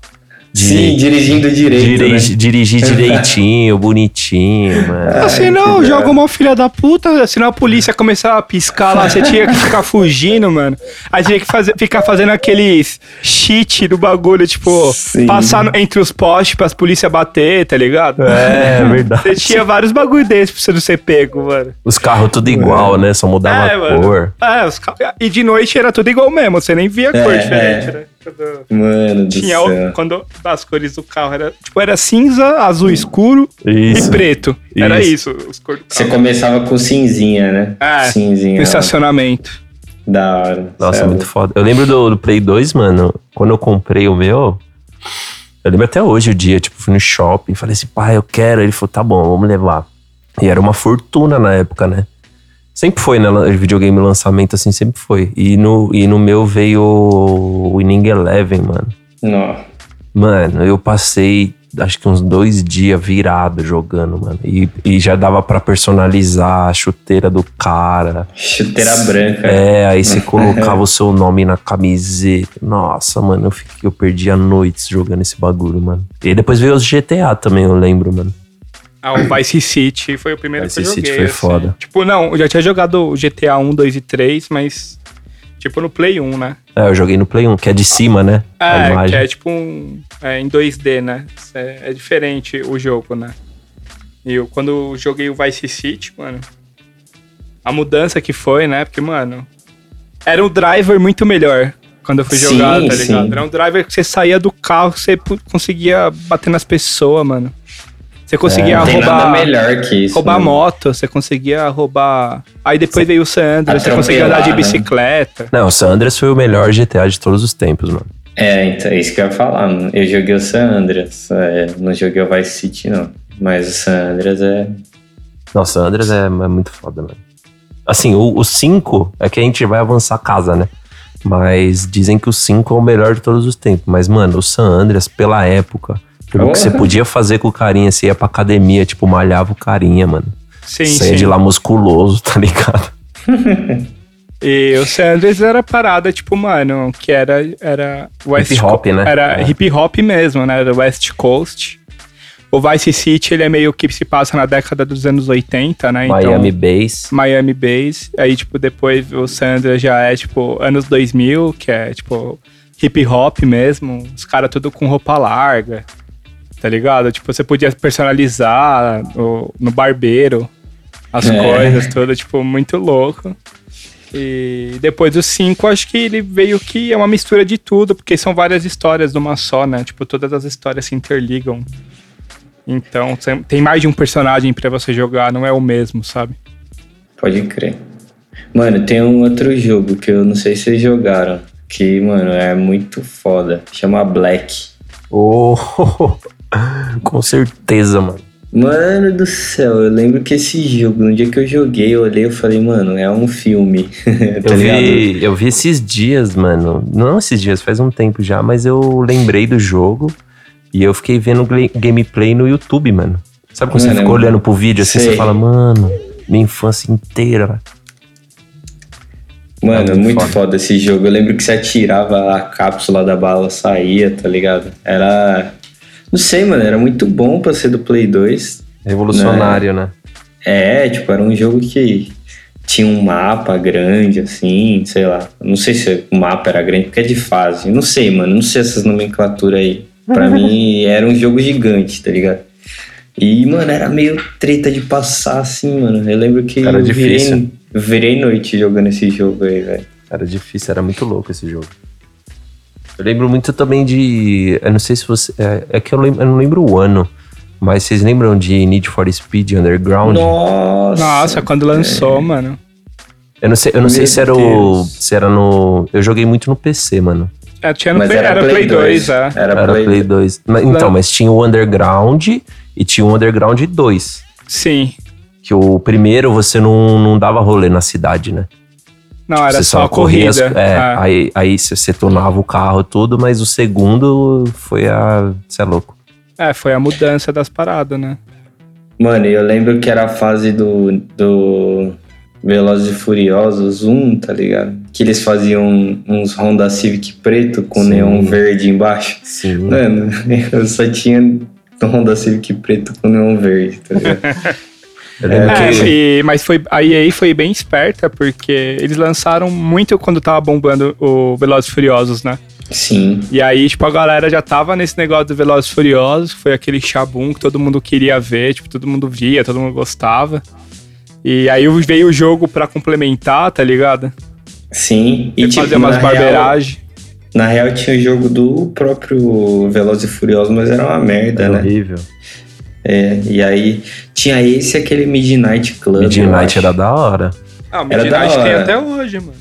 Speaker 3: De
Speaker 2: Sim, dirigindo direito.
Speaker 3: dirigi-
Speaker 2: né?
Speaker 3: dirigir direitinho, bonitinho, mano.
Speaker 4: Assim não, joga uma filha da puta, senão a polícia começava a piscar lá, você tinha que ficar fugindo, mano. Aí tinha que fazer, ficar fazendo aqueles cheat do bagulho, tipo,
Speaker 2: Sim.
Speaker 4: passar no- entre os postes pras polícia bater, tá ligado?
Speaker 3: É,
Speaker 4: Você
Speaker 3: verdade.
Speaker 4: tinha vários bagulho desses pra você não ser pego, mano.
Speaker 3: Os carros tudo igual, né? Só mudava
Speaker 4: É,
Speaker 3: a
Speaker 4: mano.
Speaker 3: cor.
Speaker 4: É, os ca- e de noite era tudo igual mesmo, você nem via cor
Speaker 2: É,
Speaker 4: diferente,
Speaker 2: é.
Speaker 4: né? Quando
Speaker 2: Mano do
Speaker 4: tinha o,
Speaker 2: céu.
Speaker 4: quando as cores do carro era, tipo, era cinza, azul escuro
Speaker 3: Isso.
Speaker 4: e preto. Era
Speaker 3: Isso.
Speaker 4: isso, os cores do
Speaker 2: Você
Speaker 4: carro.
Speaker 2: começava com cinzinha, né?
Speaker 4: Ah,
Speaker 2: cinzinha.
Speaker 4: No estacionamento.
Speaker 2: Da hora.
Speaker 3: é
Speaker 2: É
Speaker 3: Nossa,
Speaker 2: sério.
Speaker 3: muito foda. Eu lembro do, do Play 2, mano. Quando eu comprei o meu, eu lembro até hoje o dia, tipo, fui no shopping, falei assim, pai, eu quero. Ele falou, tá bom, vamos levar. E era uma fortuna na época, né? Sempre foi, né? lan- Videogame lançamento, assim, sempre foi. E no, e no meu veio o Winning Eleven, mano.
Speaker 2: Nó.
Speaker 3: Mano, eu passei acho que uns dois dias virado jogando, mano. E, e já dava pra personalizar a chuteira do cara.
Speaker 2: Chuteira branca.
Speaker 3: É, aí você colocava o seu nome na camiseta. Nossa, mano, eu, fiquei, eu perdi a noite jogando esse bagulho, mano. E depois veio os GTA também, eu lembro, mano.
Speaker 4: Ah, o Vice City foi o primeiro
Speaker 3: Vice
Speaker 4: que eu
Speaker 3: City
Speaker 4: joguei.
Speaker 3: foi foda.
Speaker 4: Tipo, não, eu já tinha jogado o GTA 1, 2 um, e 3, mas tipo no Play 1, né?
Speaker 3: É, eu joguei no Play 1, que é de cima, né? a
Speaker 4: É, que
Speaker 3: imagem.
Speaker 4: é tipo um, é, em 2D, né? É, é diferente o jogo, né? E eu, quando eu joguei o Vice City, mano, a mudança que foi, né? Porque, mano, era um driver muito melhor quando eu fui
Speaker 2: Sim,
Speaker 4: jogar, tá
Speaker 2: sim.
Speaker 4: ligado? Era um driver que você saía do carro, você pu- conseguia bater nas pessoas, mano. Você conseguia
Speaker 2: É, Não tem nada
Speaker 4: roubar
Speaker 2: melhor que isso.
Speaker 4: roubar
Speaker 2: né?
Speaker 4: moto, você conseguia roubar. Aí depois veio o Sandro, você
Speaker 2: Atropelar,
Speaker 4: conseguia andar de
Speaker 2: né?
Speaker 4: bicicleta.
Speaker 3: Não, o San Andreas foi o melhor GTA de todos os tempos, mano.
Speaker 2: É, então, é isso que eu ia falar. mano. Eu joguei o San Andreas. é, não joguei o Vice City, não. Mas o San Andreas é.
Speaker 3: Nossa, o Andreas é, é muito foda, mano. Assim, o o 5 é que a gente vai avançar a casa, né? Mas dizem que o 5 é o melhor de todos os tempos. Mas, mano, o San Andreas, pela época, pelo que
Speaker 2: Porra.
Speaker 3: você podia fazer com o carinha, você ia pra academia, tipo, malhava o carinha, mano.
Speaker 4: Sim,
Speaker 3: Saía de
Speaker 4: sim.
Speaker 3: lá musculoso, tá ligado?
Speaker 4: E o Sanders era parada, tipo, mano, que era. era West
Speaker 3: Hip hop,
Speaker 4: Co-
Speaker 3: né?
Speaker 4: Era
Speaker 3: É.
Speaker 4: hip hop mesmo, né? Era West Coast. O Vice City, ele é meio que se passa na década dos anos 80, né?
Speaker 3: Miami Bass.
Speaker 4: Miami Bass. Aí, tipo, depois o Sandra já é, tipo, anos 2000, que é, tipo, hip hop mesmo. Os caras tudo com roupa larga, tá ligado? Tipo, você podia personalizar o- no barbeiro as
Speaker 2: É.
Speaker 4: coisas todas, tipo, muito louco. E depois do 5, acho que ele veio que é uma mistura de tudo, porque são várias histórias numa só, né? Tipo, todas as histórias se interligam. Então, tem- tem mais de um personagem pra você jogar, não é o mesmo, sabe?
Speaker 2: Pode crer. Mano, tem um outro jogo que eu não sei se vocês jogaram. Que, mano, é muito foda. Chama Black.
Speaker 3: Oh, com certeza, mano.
Speaker 2: Mano do céu, eu lembro que esse jogo, no dia que eu joguei, eu olhei e falei, mano, é um filme. tá
Speaker 3: Eu
Speaker 2: ligado?
Speaker 3: vi, eu vi esses dias, mano. Não esses dias, faz um tempo já, mas eu lembrei do jogo e eu fiquei vendo gla- gameplay no YouTube, mano. Sabe quando você
Speaker 2: Mano,
Speaker 3: ficou olhando pro vídeo assim,
Speaker 2: Hum, sei.
Speaker 3: você fala, mano, minha infância inteira.
Speaker 2: Mano,
Speaker 3: É
Speaker 2: é
Speaker 3: muito
Speaker 2: muito
Speaker 3: foda.
Speaker 2: foda. esse jogo. Eu lembro que você atirava a cápsula da bala, saía, tá ligado? Era. Não sei, mano, era muito bom pra ser do Play 2.
Speaker 3: Revolucionário, né?
Speaker 2: É, tipo, era um jogo que tinha um mapa grande, assim, sei lá. Não sei se o mapa era grande, porque é de fase. Não sei, mano, não sei essas nomenclaturas aí. Pra mim era um jogo gigante, tá ligado? E, mano, era meio treta de passar, assim, mano. Eu lembro que
Speaker 3: Era
Speaker 2: eu virei,
Speaker 3: difícil.
Speaker 2: virei noite jogando esse jogo aí, velho.
Speaker 3: Era difícil, era muito louco esse jogo. Eu lembro muito também de. Eu não sei se você. É, é que eu, lembro, eu não lembro o ano, mas vocês lembram de Need for Speed Underground?
Speaker 2: Nossa!
Speaker 4: Nossa, quando lançou, mano.
Speaker 3: Eu não sei, eu não sei
Speaker 2: Meu
Speaker 3: se era o.
Speaker 2: Deus.
Speaker 3: Se era no. Eu joguei muito no PC, mano.
Speaker 4: É, tinha no
Speaker 2: Mas
Speaker 4: Play, era, Play 2, é.
Speaker 2: Era,
Speaker 3: Era
Speaker 2: Play,
Speaker 3: Play 2. Mas, então,
Speaker 4: Não.
Speaker 3: mas tinha o Underground e tinha o Underground 2.
Speaker 4: Sim.
Speaker 3: Que o primeiro você não, não dava rolê na cidade, né?
Speaker 4: Não, era
Speaker 3: você
Speaker 4: só a
Speaker 3: corria as-
Speaker 4: corrida.
Speaker 3: é,
Speaker 4: Ah,
Speaker 3: aí, aí você, você tunava o carro tudo, mas o segundo foi a. Você é louco.
Speaker 4: é, foi a mudança das paradas, né?
Speaker 2: Mano, eu lembro que era a fase do, do Velozes e Furiosos 1, tá ligado? Que eles faziam uns Honda Civic preto com
Speaker 3: Sim.
Speaker 2: neon verde embaixo.
Speaker 3: Sim.
Speaker 2: Mano, eu só tinha Honda Civic preto com neon verde, tá ligado?
Speaker 3: Eu lembro
Speaker 4: É,
Speaker 3: que.
Speaker 4: e- mas foi, a EA foi bem esperta, porque eles lançaram muito quando tava bombando o Velozes e Furiosos, né?
Speaker 2: Sim.
Speaker 4: E aí, tipo, a galera já tava nesse negócio do Velozes e Furiosos, foi aquele chabum que todo mundo queria ver, tipo, todo mundo via, todo mundo gostava. E aí veio o jogo pra complementar, tá ligado?
Speaker 2: Sim. E
Speaker 4: E
Speaker 2: tipo,
Speaker 4: fazer umas
Speaker 2: na real,
Speaker 4: barbeiragens.
Speaker 2: na real tinha o jogo do próprio Velozes e Furiosos, mas era uma merda,
Speaker 3: Era
Speaker 2: né?
Speaker 3: horrível.
Speaker 2: É, e aí tinha esse e aquele Midnight Club. eu acho.
Speaker 3: Midnight era da hora.
Speaker 4: Ah, o
Speaker 2: Era
Speaker 4: Midnight
Speaker 2: da
Speaker 4: tem
Speaker 2: hora.
Speaker 4: até hoje, mano.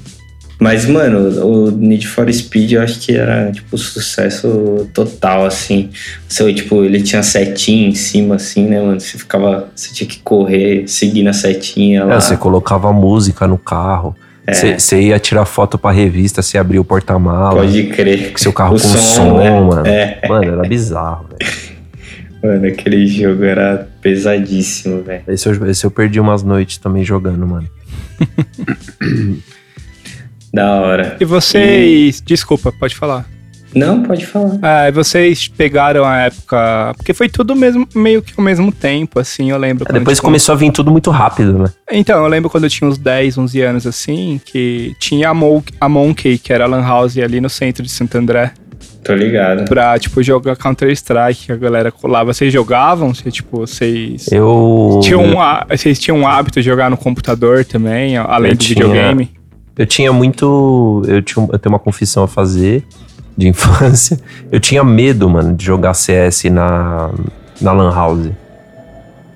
Speaker 2: Mas, mano, o Need for Speed eu acho que era, tipo, sucesso total, assim. Seu, tipo, ele tinha setinha em cima, assim, né, mano? Você ficava. Você tinha que correr, seguindo a setinha lá.
Speaker 3: É, você colocava música no carro. Você você ia tirar foto pra revista, você abria o porta-mala.
Speaker 2: Pode crer.
Speaker 3: Com seu carro
Speaker 2: O
Speaker 3: com som,
Speaker 2: som, né?
Speaker 3: mano.
Speaker 2: É.
Speaker 3: Mano, era bizarro, velho.
Speaker 2: Mano, aquele jogo era pesadíssimo, velho.
Speaker 3: Esse eu, esse eu perdi umas noites também jogando, mano.
Speaker 2: Da hora.
Speaker 4: E vocês. Desculpa, pode falar.
Speaker 2: Não, pode falar.
Speaker 4: Ah, e vocês pegaram a época. Porque foi tudo mesmo, meio que ao mesmo tempo, assim, eu lembro.
Speaker 3: É,
Speaker 4: quando
Speaker 3: Depois
Speaker 4: eu tinha-
Speaker 3: começou a vir tudo muito rápido, né?
Speaker 4: Então, eu lembro quando eu tinha uns 10, 11 anos, assim, que tinha a, Mon a Monkey, que era a Lan House ali no centro de Santo André,
Speaker 2: Tô ligado.
Speaker 4: pra, tipo, jogar Counter-Strike, a galera colava. Vocês jogavam? Vocês, tipo, vocês.
Speaker 3: Eu.
Speaker 4: Tinham um, há- vocês tinham um hábito de jogar no computador também, além
Speaker 3: Eu
Speaker 4: do
Speaker 3: tinha.
Speaker 4: videogame?
Speaker 3: Eu tinha muito. Eu, tinha, um, eu tenho uma confissão a fazer de infância. Eu tinha medo, mano, de jogar CS na, na Lan House.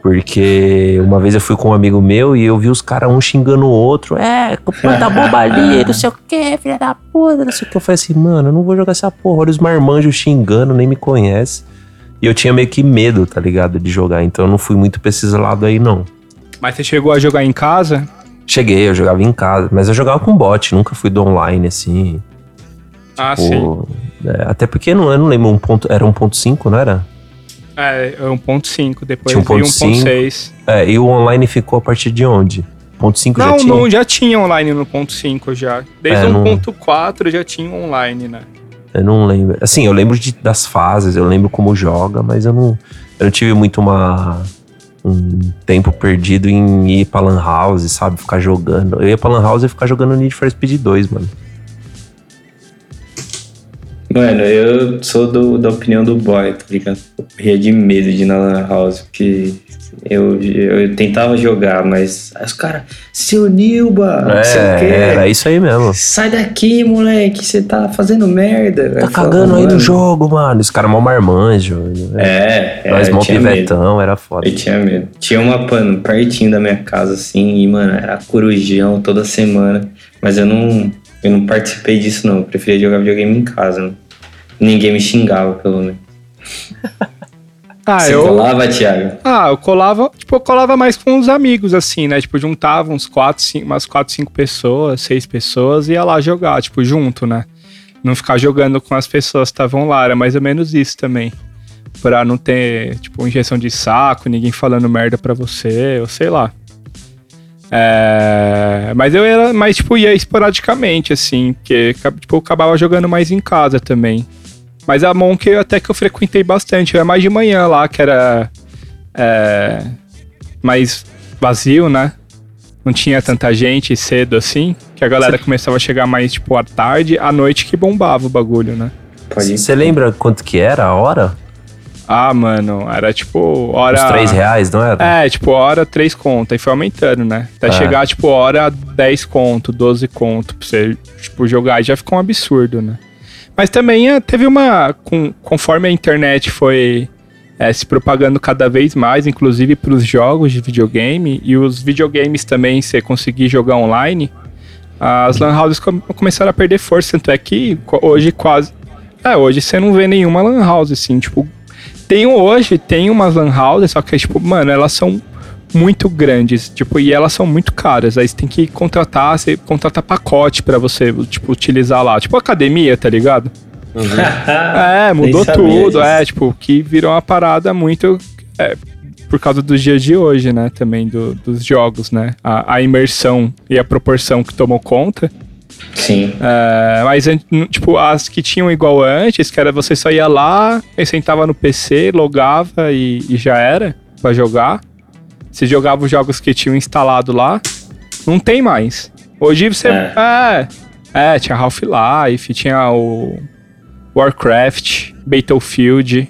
Speaker 3: Porque uma vez eu fui com um amigo meu e eu vi os caras um xingando o outro. É, manda bomba ali, não sei o que, filha da puta, não sei o que. Eu falei assim, mano, eu não vou jogar essa porra. Olha os marmanjos xingando, nem me conhece. E eu tinha meio que medo, tá ligado, de jogar. Então eu não fui muito pra esses lados aí, não.
Speaker 4: Mas você chegou a jogar em casa?
Speaker 3: Cheguei, eu jogava em casa, mas eu jogava com bot, nunca fui do online, assim.
Speaker 4: Ah,
Speaker 3: Tipo, é, até porque não, eu não lembro, um ponto, era 1.5, não era?
Speaker 4: É, é 1.5, depois um
Speaker 3: Tinha
Speaker 4: veio
Speaker 3: 1.5.
Speaker 4: 1.6.
Speaker 3: É, e o online ficou a partir de onde? 1.5 já
Speaker 4: Não,
Speaker 3: tinha?
Speaker 4: não, já tinha online no ponto 5 já. Desde
Speaker 3: É, não-
Speaker 4: 1.4 já tinha online, né?
Speaker 3: Eu não lembro. Assim, eu lembro de- das fases, eu lembro como joga, mas eu não, eu não tive muito uma, um tempo perdido em ir pra Lan House, sabe? Ficar jogando. Eu ia pra Lan House e ficar jogando Need for Speed 2, mano.
Speaker 2: Mano, eu sou do- da opinião do boy, tá ligado? Eu morria de medo de ir na Lan House, porque eu, eu, eu tentava jogar, mas aí os caras, seu Nilba, não sei o
Speaker 3: é,
Speaker 2: quê.
Speaker 3: era isso aí mesmo.
Speaker 2: Sai daqui, moleque, você tá fazendo merda.
Speaker 3: Tá
Speaker 2: Eu falava,
Speaker 3: cagando aí no
Speaker 2: "Mano,
Speaker 3: jogo, mano. Esse cara é mó marmanjo. né?
Speaker 2: É, é
Speaker 3: Nós
Speaker 2: eu
Speaker 3: mó
Speaker 2: tinha medo.
Speaker 3: pivetão, era foda.
Speaker 2: Eu tinha medo. Tinha uma pano pertinho da minha casa, assim, e, mano, era corujão toda semana. Mas eu não, eu não participei disso, não. Eu preferia jogar videogame em casa. né? Ninguém me xingava, pelo menos.
Speaker 4: Ah,
Speaker 2: você
Speaker 4: eu.
Speaker 2: falava, Thiago?
Speaker 4: Ah, eu colava, tipo, eu colava mais com os amigos, assim, né? Tipo, juntava uns 4, 5, umas 4, 5 pessoas, 6 pessoas, e ia lá jogar, tipo, junto, né? Não ficar jogando com as pessoas que estavam lá, era mais ou menos isso também. Pra não ter, tipo, injeção de saco, ninguém falando merda pra você, ou sei lá. É, mas eu era mais, tipo, ia esporadicamente, assim, porque tipo, eu acabava jogando mais em casa também. Mas a Monk eu até que eu frequentei bastante, eu ia mais de manhã lá, que era é, mais vazio, né? Não tinha tanta gente cedo assim, que a galera começava a chegar mais, tipo, à tarde, à noite que bombava o bagulho, né?
Speaker 2: Pode
Speaker 3: Você lembra quanto que era a hora?
Speaker 4: Ah, mano, era tipo hora.
Speaker 3: Uns 3 reais, não era?
Speaker 4: É, tipo, hora 3 conto, e foi aumentando, né? Até
Speaker 3: É.
Speaker 4: chegar, tipo, hora 10 conto, 12 conto, pra você, tipo, jogar, e já ficou um absurdo, né? Mas também eh, teve uma. com- conforme a internet foi eh, se propagando cada vez mais, inclusive para os jogos de videogame, e os videogames também, você conseguir jogar online, as lan houses com- começaram a perder força, tanto é que co- hoje quase É, hoje você não vê nenhuma lan house, assim, tipo. Tem hoje, tem umas lan houses, só que, tipo, mano, elas são muito grandes, tipo, e elas são muito caras. Aí você tem que contratar, você contrata pacote pra você, tipo, utilizar lá. Tipo academia, tá ligado? É, mudou
Speaker 2: Ah, Nem sabia
Speaker 4: tudo.
Speaker 2: disso.
Speaker 4: É, tipo, que virou uma parada muito. é, por causa dos dias de hoje, né? Também do- dos jogos, né? A, a imersão e a proporção que tomou conta.
Speaker 2: Sim.
Speaker 4: É, mas, an- n- tipo, as que tinham igual antes, que era você só ia lá, aí sentava no PC, logava e, e já era pra jogar. Você jogava os jogos que tinham instalado lá. Não tem mais. Hoje você.
Speaker 2: É.
Speaker 4: É, é, tinha Half-Life, tinha o Warcraft, Battlefield.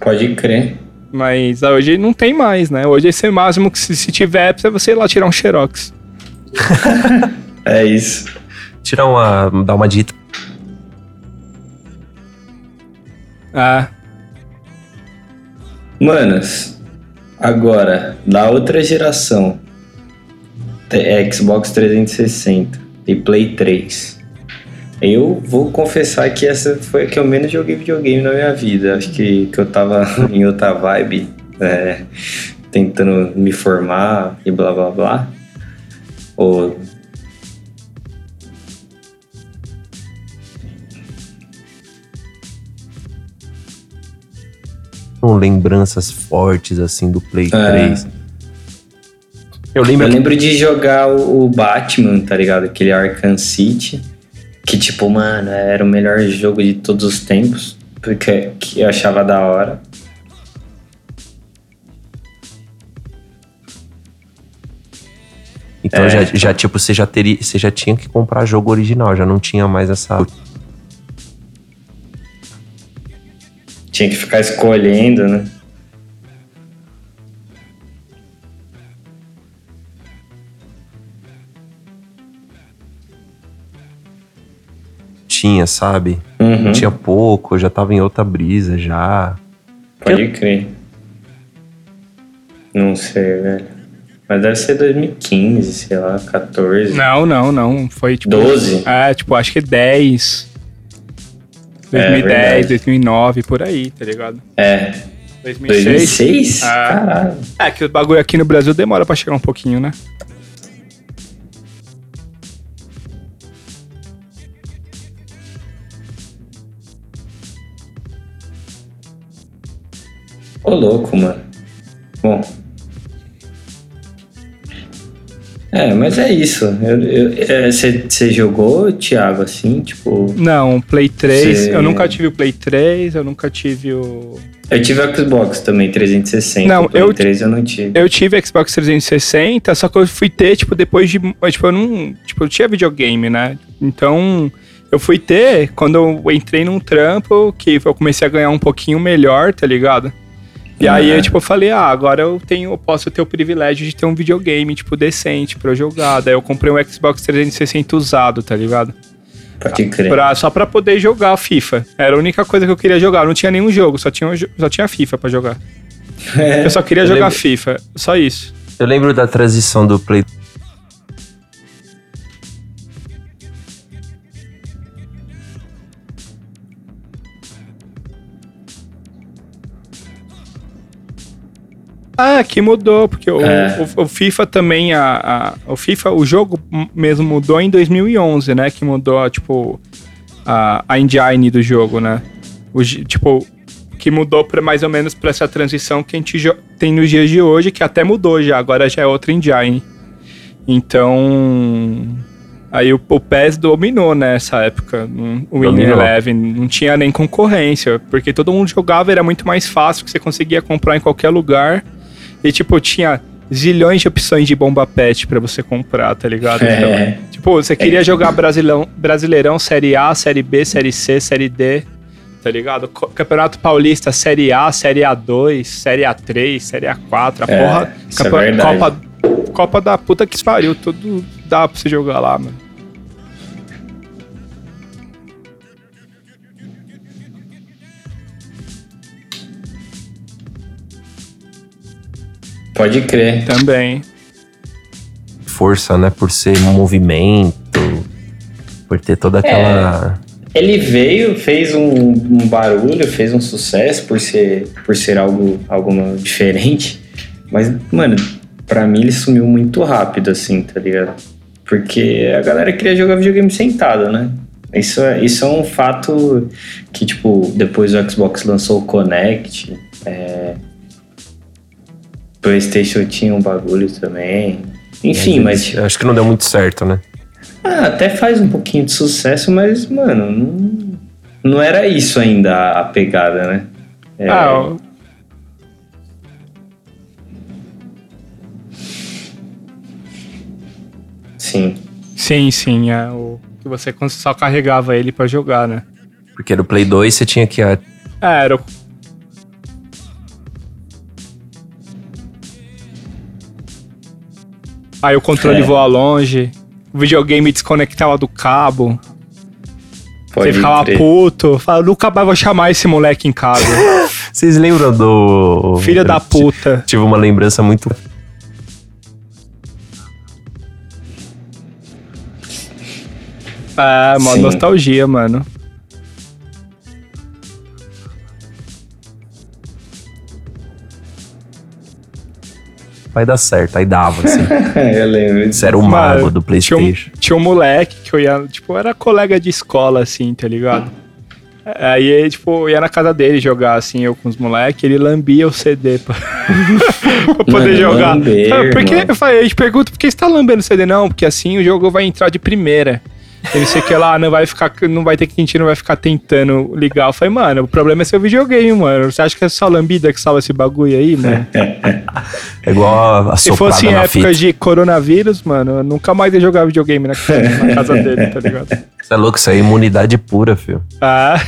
Speaker 2: Pode crer.
Speaker 4: Mas ah, hoje não tem mais, né? Hoje esse máximo que se, se tiver, é você ir lá tirar um Xerox.
Speaker 2: É isso.
Speaker 3: Tirar uma. dar uma dita.
Speaker 4: É.
Speaker 2: Manas, agora, da outra geração, te- é, Xbox 360 e Play 3. Eu vou confessar que essa foi a que eu menos joguei videogame na minha vida. Acho que, que eu tava em outra vibe, é, tentando me formar e blá blá blá. Ou
Speaker 3: Com lembranças fortes, assim, do Play
Speaker 2: É.
Speaker 3: 3. Eu lembro.
Speaker 2: Eu
Speaker 3: que-
Speaker 2: lembro de jogar o o Batman, tá ligado? Aquele Arkham City. Que, tipo, mano, era o melhor jogo de todos os tempos. Porque que eu achava da hora.
Speaker 3: Então
Speaker 2: É.
Speaker 3: já, já, tipo, você já teria. Você já tinha que comprar jogo original, já não tinha mais essa.
Speaker 2: Tinha que ficar escolhendo, né?
Speaker 3: Tinha, sabe?
Speaker 2: Uhum,
Speaker 3: Tinha pouco, eu já tava em outra brisa já.
Speaker 2: pode crer. Não sei, velho. Mas deve ser 2015, sei lá, 14.
Speaker 4: Não, não, não. Foi tipo.
Speaker 2: 12?
Speaker 4: É, tipo, acho que 10.
Speaker 2: É,
Speaker 4: 2010,
Speaker 2: verdade.
Speaker 4: 2009, por aí, tá ligado?
Speaker 2: É,
Speaker 4: 2006.
Speaker 2: 2006?
Speaker 4: Ah.
Speaker 2: Caralho.
Speaker 4: É que o bagulho aqui no Brasil demora pra chegar um pouquinho, né?
Speaker 2: Ô, louco, mano. Bom. É, mas é isso. Você jogou, Thiago, assim, tipo.
Speaker 4: Não, Play 3.
Speaker 2: Sim.
Speaker 4: Eu nunca tive o Play 3, eu nunca tive o.
Speaker 2: Eu tive o Xbox também, 360.
Speaker 4: Não,
Speaker 2: o Play
Speaker 4: eu-
Speaker 2: 3 eu não tive.
Speaker 4: Eu tive Xbox 360, só que eu fui ter, tipo, depois de. mas, Tipo, eu não. Tipo, eu tinha videogame, né? Então. Eu fui ter quando eu entrei num trampo que eu comecei a ganhar um pouquinho melhor, tá ligado? E aí
Speaker 3: É.
Speaker 2: Uhum.
Speaker 4: eu, tipo, eu falei, ah, agora eu tenho, eu posso ter o privilégio de ter um videogame, tipo, decente pra eu jogar. Daí eu comprei um Xbox 360 usado, tá ligado?
Speaker 2: Pode crer.
Speaker 4: Pra- só pra poder jogar a FIFA. Era a única coisa que eu queria jogar. Eu não tinha nenhum jogo, só tinha, só tinha FIFA pra jogar. Eu só queria
Speaker 3: É. eu
Speaker 4: jogar
Speaker 3: lembro-
Speaker 4: FIFA. Só isso.
Speaker 3: Eu lembro da transição do Play.
Speaker 4: Ah, que mudou, porque o,
Speaker 2: É.
Speaker 4: o- o FIFA também, a, a- o FIFA, o jogo m- mesmo mudou em 2011, né? Que mudou, tipo, a, a engine do jogo, né? O gi- tipo, que mudou pra, mais ou menos pra essa transição que a gente jo- tem nos dias de hoje, que até mudou já, agora já é outra engine. Então... Aí o, o PES dominou nessa época, no- o Win
Speaker 3: Dominou.
Speaker 4: Eleven, não tinha nem concorrência, porque todo mundo jogava, era muito mais fácil, que você conseguia comprar em qualquer lugar, e, tipo, tinha zilhões de opções de bomba pet pra você comprar, tá ligado? Então,
Speaker 2: É,
Speaker 4: tipo, você queria jogar Brasilão, Brasileirão Série A, Série B, Série C, Série D, tá ligado? Co- Campeonato Paulista Série A, Série A2, Série A3, Série A4, a
Speaker 2: É,
Speaker 4: porra.
Speaker 2: isso é verdade.
Speaker 4: Copa, Copa da puta que pariu, tudo dá pra você jogar lá, mano.
Speaker 2: pode crer.
Speaker 4: Também.
Speaker 2: É,
Speaker 3: força, né? Por ser movimento, por ter toda aquela.
Speaker 2: Ele veio, fez um, um barulho, fez um sucesso por ser, por ser algo alguma diferente. Mas, mano, pra mim ele sumiu muito rápido, assim, tá ligado? Porque a galera queria jogar videogame sentada, né? Isso é, isso é um fato que, tipo, depois o Xbox lançou o Connect, é, PlayStation tinha um bagulho também. Enfim, mas. tipo,
Speaker 3: Né, Eu acho que não deu muito certo, né?
Speaker 2: ah, até faz um pouquinho de sucesso, mas, mano, não, não era isso ainda a, a pegada, né? É,
Speaker 4: Ah, o-
Speaker 2: Sim.
Speaker 4: sim, sim. É o que você cons- só carregava ele pra jogar, né?
Speaker 3: Porque no Play 2 você tinha que. ah,
Speaker 4: É, era o. Aí o controle
Speaker 2: É.
Speaker 4: voa longe, o videogame desconectava do cabo,
Speaker 2: Pode
Speaker 4: você ficava
Speaker 2: crer.
Speaker 4: puto, fala, nunca mais vou chamar esse moleque em casa.
Speaker 3: Vocês lembram do.
Speaker 4: Filha da
Speaker 3: Eu ti-
Speaker 4: puta.
Speaker 3: Tive uma lembrança muito.
Speaker 4: É, mó
Speaker 2: Sim.
Speaker 4: nostalgia, mano.
Speaker 3: Vai dar certo. Aí dava, assim.
Speaker 2: Eu lembro.
Speaker 3: Você era o mago do PlayStation.
Speaker 4: Tinha um, tinha um moleque que eu ia, tipo, era colega de escola, assim, tá ligado? Aí, tipo, eu ia na casa dele jogar, assim, eu com os moleques, ele lambia o CD pra, pra poder
Speaker 2: Mano,
Speaker 4: jogar.
Speaker 2: lamber,
Speaker 4: Sabe, porque
Speaker 2: mano.
Speaker 4: eu falei, eu te pergunto, por que você tá lambendo o CD? Não, porque assim o jogo vai entrar de primeira. Ele sei que lá, não vai ficar, não vai ter que a gente não vai ficar tentando ligar. Eu falei, mano, o problema é seu videogame, mano. Você acha que é só lambida que salva esse bagulho aí, né?" mano?
Speaker 3: É igual a- a
Speaker 4: Se
Speaker 3: soprada
Speaker 4: fosse em
Speaker 3: na fita.
Speaker 4: épocas de coronavírus, mano, eu nunca mais ia jogar videogame na, na casa dele, tá ligado?
Speaker 3: Você é louco, isso aí é imunidade pura, filho.
Speaker 4: Ah.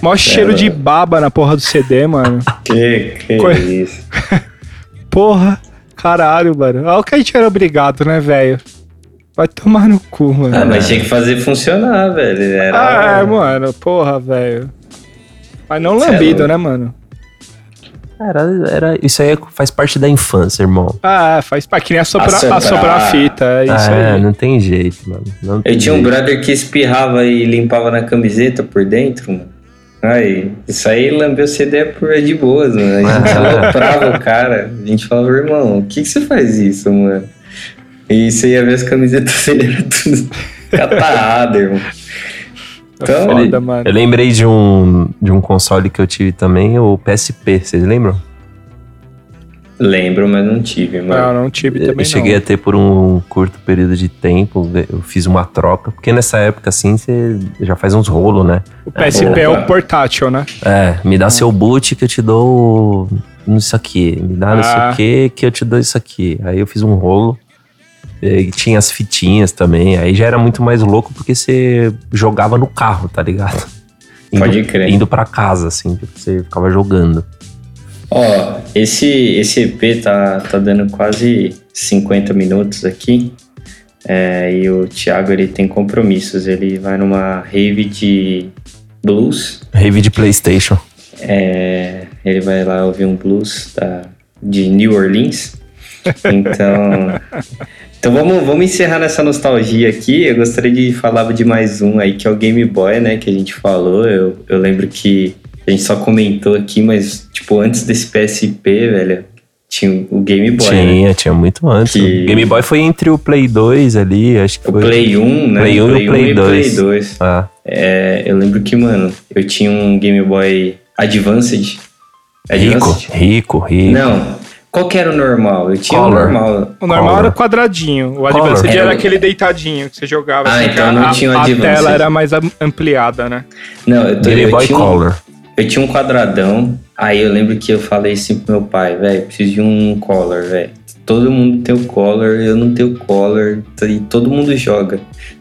Speaker 4: Mó cheiro
Speaker 2: Cara.
Speaker 4: de baba na porra do CD, mano.
Speaker 2: Que, que
Speaker 4: Co-
Speaker 2: isso.
Speaker 4: Porra, caralho, mano. Olha o que a gente era obrigado, né, velho? Vai tomar no cu, mano.
Speaker 2: Ah, mas tinha que fazer funcionar, velho. Era... um-
Speaker 4: Ah, é, mano, porra, velho. Mas não
Speaker 2: Cê é
Speaker 4: lambido,
Speaker 2: louco.
Speaker 4: né, mano?
Speaker 3: Era, era, isso aí é, faz parte da infância, irmão.
Speaker 4: Ah, é, faz pra que nem assoprar,
Speaker 2: Assoprar.
Speaker 4: assoprar a fita, é isso
Speaker 3: ah,
Speaker 4: aí.
Speaker 3: não tem jeito, mano. Não tem
Speaker 2: Eu tinha um
Speaker 3: jeito.
Speaker 2: brother que espirrava e limpava na camiseta por dentro, mano. Aí, isso aí lambeu CD por é de boas, mano. A gente
Speaker 3: Ah.
Speaker 2: aloprava o cara. A gente falava, irmão, o que, que você faz isso, mano? E você ia ver as camisetas dele, era tudo catarrada, irmão.
Speaker 4: É
Speaker 2: Então,
Speaker 4: foda, mano.
Speaker 3: Eu lembrei de um, de um console que eu tive também, o PSP, vocês lembram?
Speaker 2: lembro, mas não tive, mano.
Speaker 4: Não, não tive
Speaker 3: Eu,
Speaker 4: também não.
Speaker 3: cheguei a ter por um curto período de tempo, né, eu fiz uma troca, porque nessa época assim você já faz uns rolos, né?
Speaker 4: O PSP é
Speaker 2: Opa.
Speaker 4: o portátil, né?
Speaker 3: É, me dá seu boot que eu te dou o- isso aqui, me dá não sei
Speaker 4: Ah.
Speaker 3: o que que eu te dou isso aqui. Aí eu fiz um rolo, e tinha as fitinhas também, aí já era muito mais louco porque você jogava no carro, tá ligado?
Speaker 2: Pode
Speaker 3: Indo-
Speaker 2: crer.
Speaker 3: Indo pra casa, assim, tipo, você ficava jogando.
Speaker 2: Ó, esse, esse EP tá, tá dando quase 50 minutos aqui. É, e o Thiago ele tem compromissos. Ele vai numa rave de blues.
Speaker 3: Rave de Playstation.
Speaker 2: É, ele vai lá ouvir um blues da, de New Orleans. Então, então vamos, vamos encerrar nessa nostalgia aqui. Eu gostaria de falar de mais um aí, que é o Game Boy, né? Que a gente falou. Eu, eu lembro que a gente só comentou aqui, mas, tipo, antes desse PSP, velho, tinha o Game Boy. né?
Speaker 3: tinha, tinha muito antes.
Speaker 2: Que-
Speaker 3: O Game Boy foi entre o Play 2 ali, acho que
Speaker 2: O
Speaker 3: foi.
Speaker 2: Play 1, né?
Speaker 3: Play 1 e o Play 2.
Speaker 2: 2.
Speaker 3: Ah,
Speaker 2: É, eu lembro que, mano, eu tinha um Game Boy Advanced.
Speaker 3: rico, rico, rico.
Speaker 2: É Não. Qual que era o normal? Eu tinha
Speaker 3: Color.
Speaker 2: o normal.
Speaker 4: O normal
Speaker 3: Color.
Speaker 4: era o quadradinho. O
Speaker 3: Color.
Speaker 4: Advanced
Speaker 2: Era
Speaker 4: era
Speaker 2: o-
Speaker 4: aquele deitadinho que você jogava.
Speaker 2: É. Ah, então
Speaker 4: que
Speaker 2: não
Speaker 4: a,
Speaker 2: tinha o
Speaker 4: a
Speaker 2: Advanced.
Speaker 4: tela era mais am- ampliada, né?
Speaker 2: Não, eu, tô,
Speaker 3: Game
Speaker 2: eu,
Speaker 3: é Boy
Speaker 2: tinha um,
Speaker 3: Color.
Speaker 2: eu tinha um quadradão. Aí eu lembro que eu falei assim pro meu pai, velho, preciso de um Color, velho. Todo mundo tem o Color, eu não tenho Color, t- e todo mundo joga.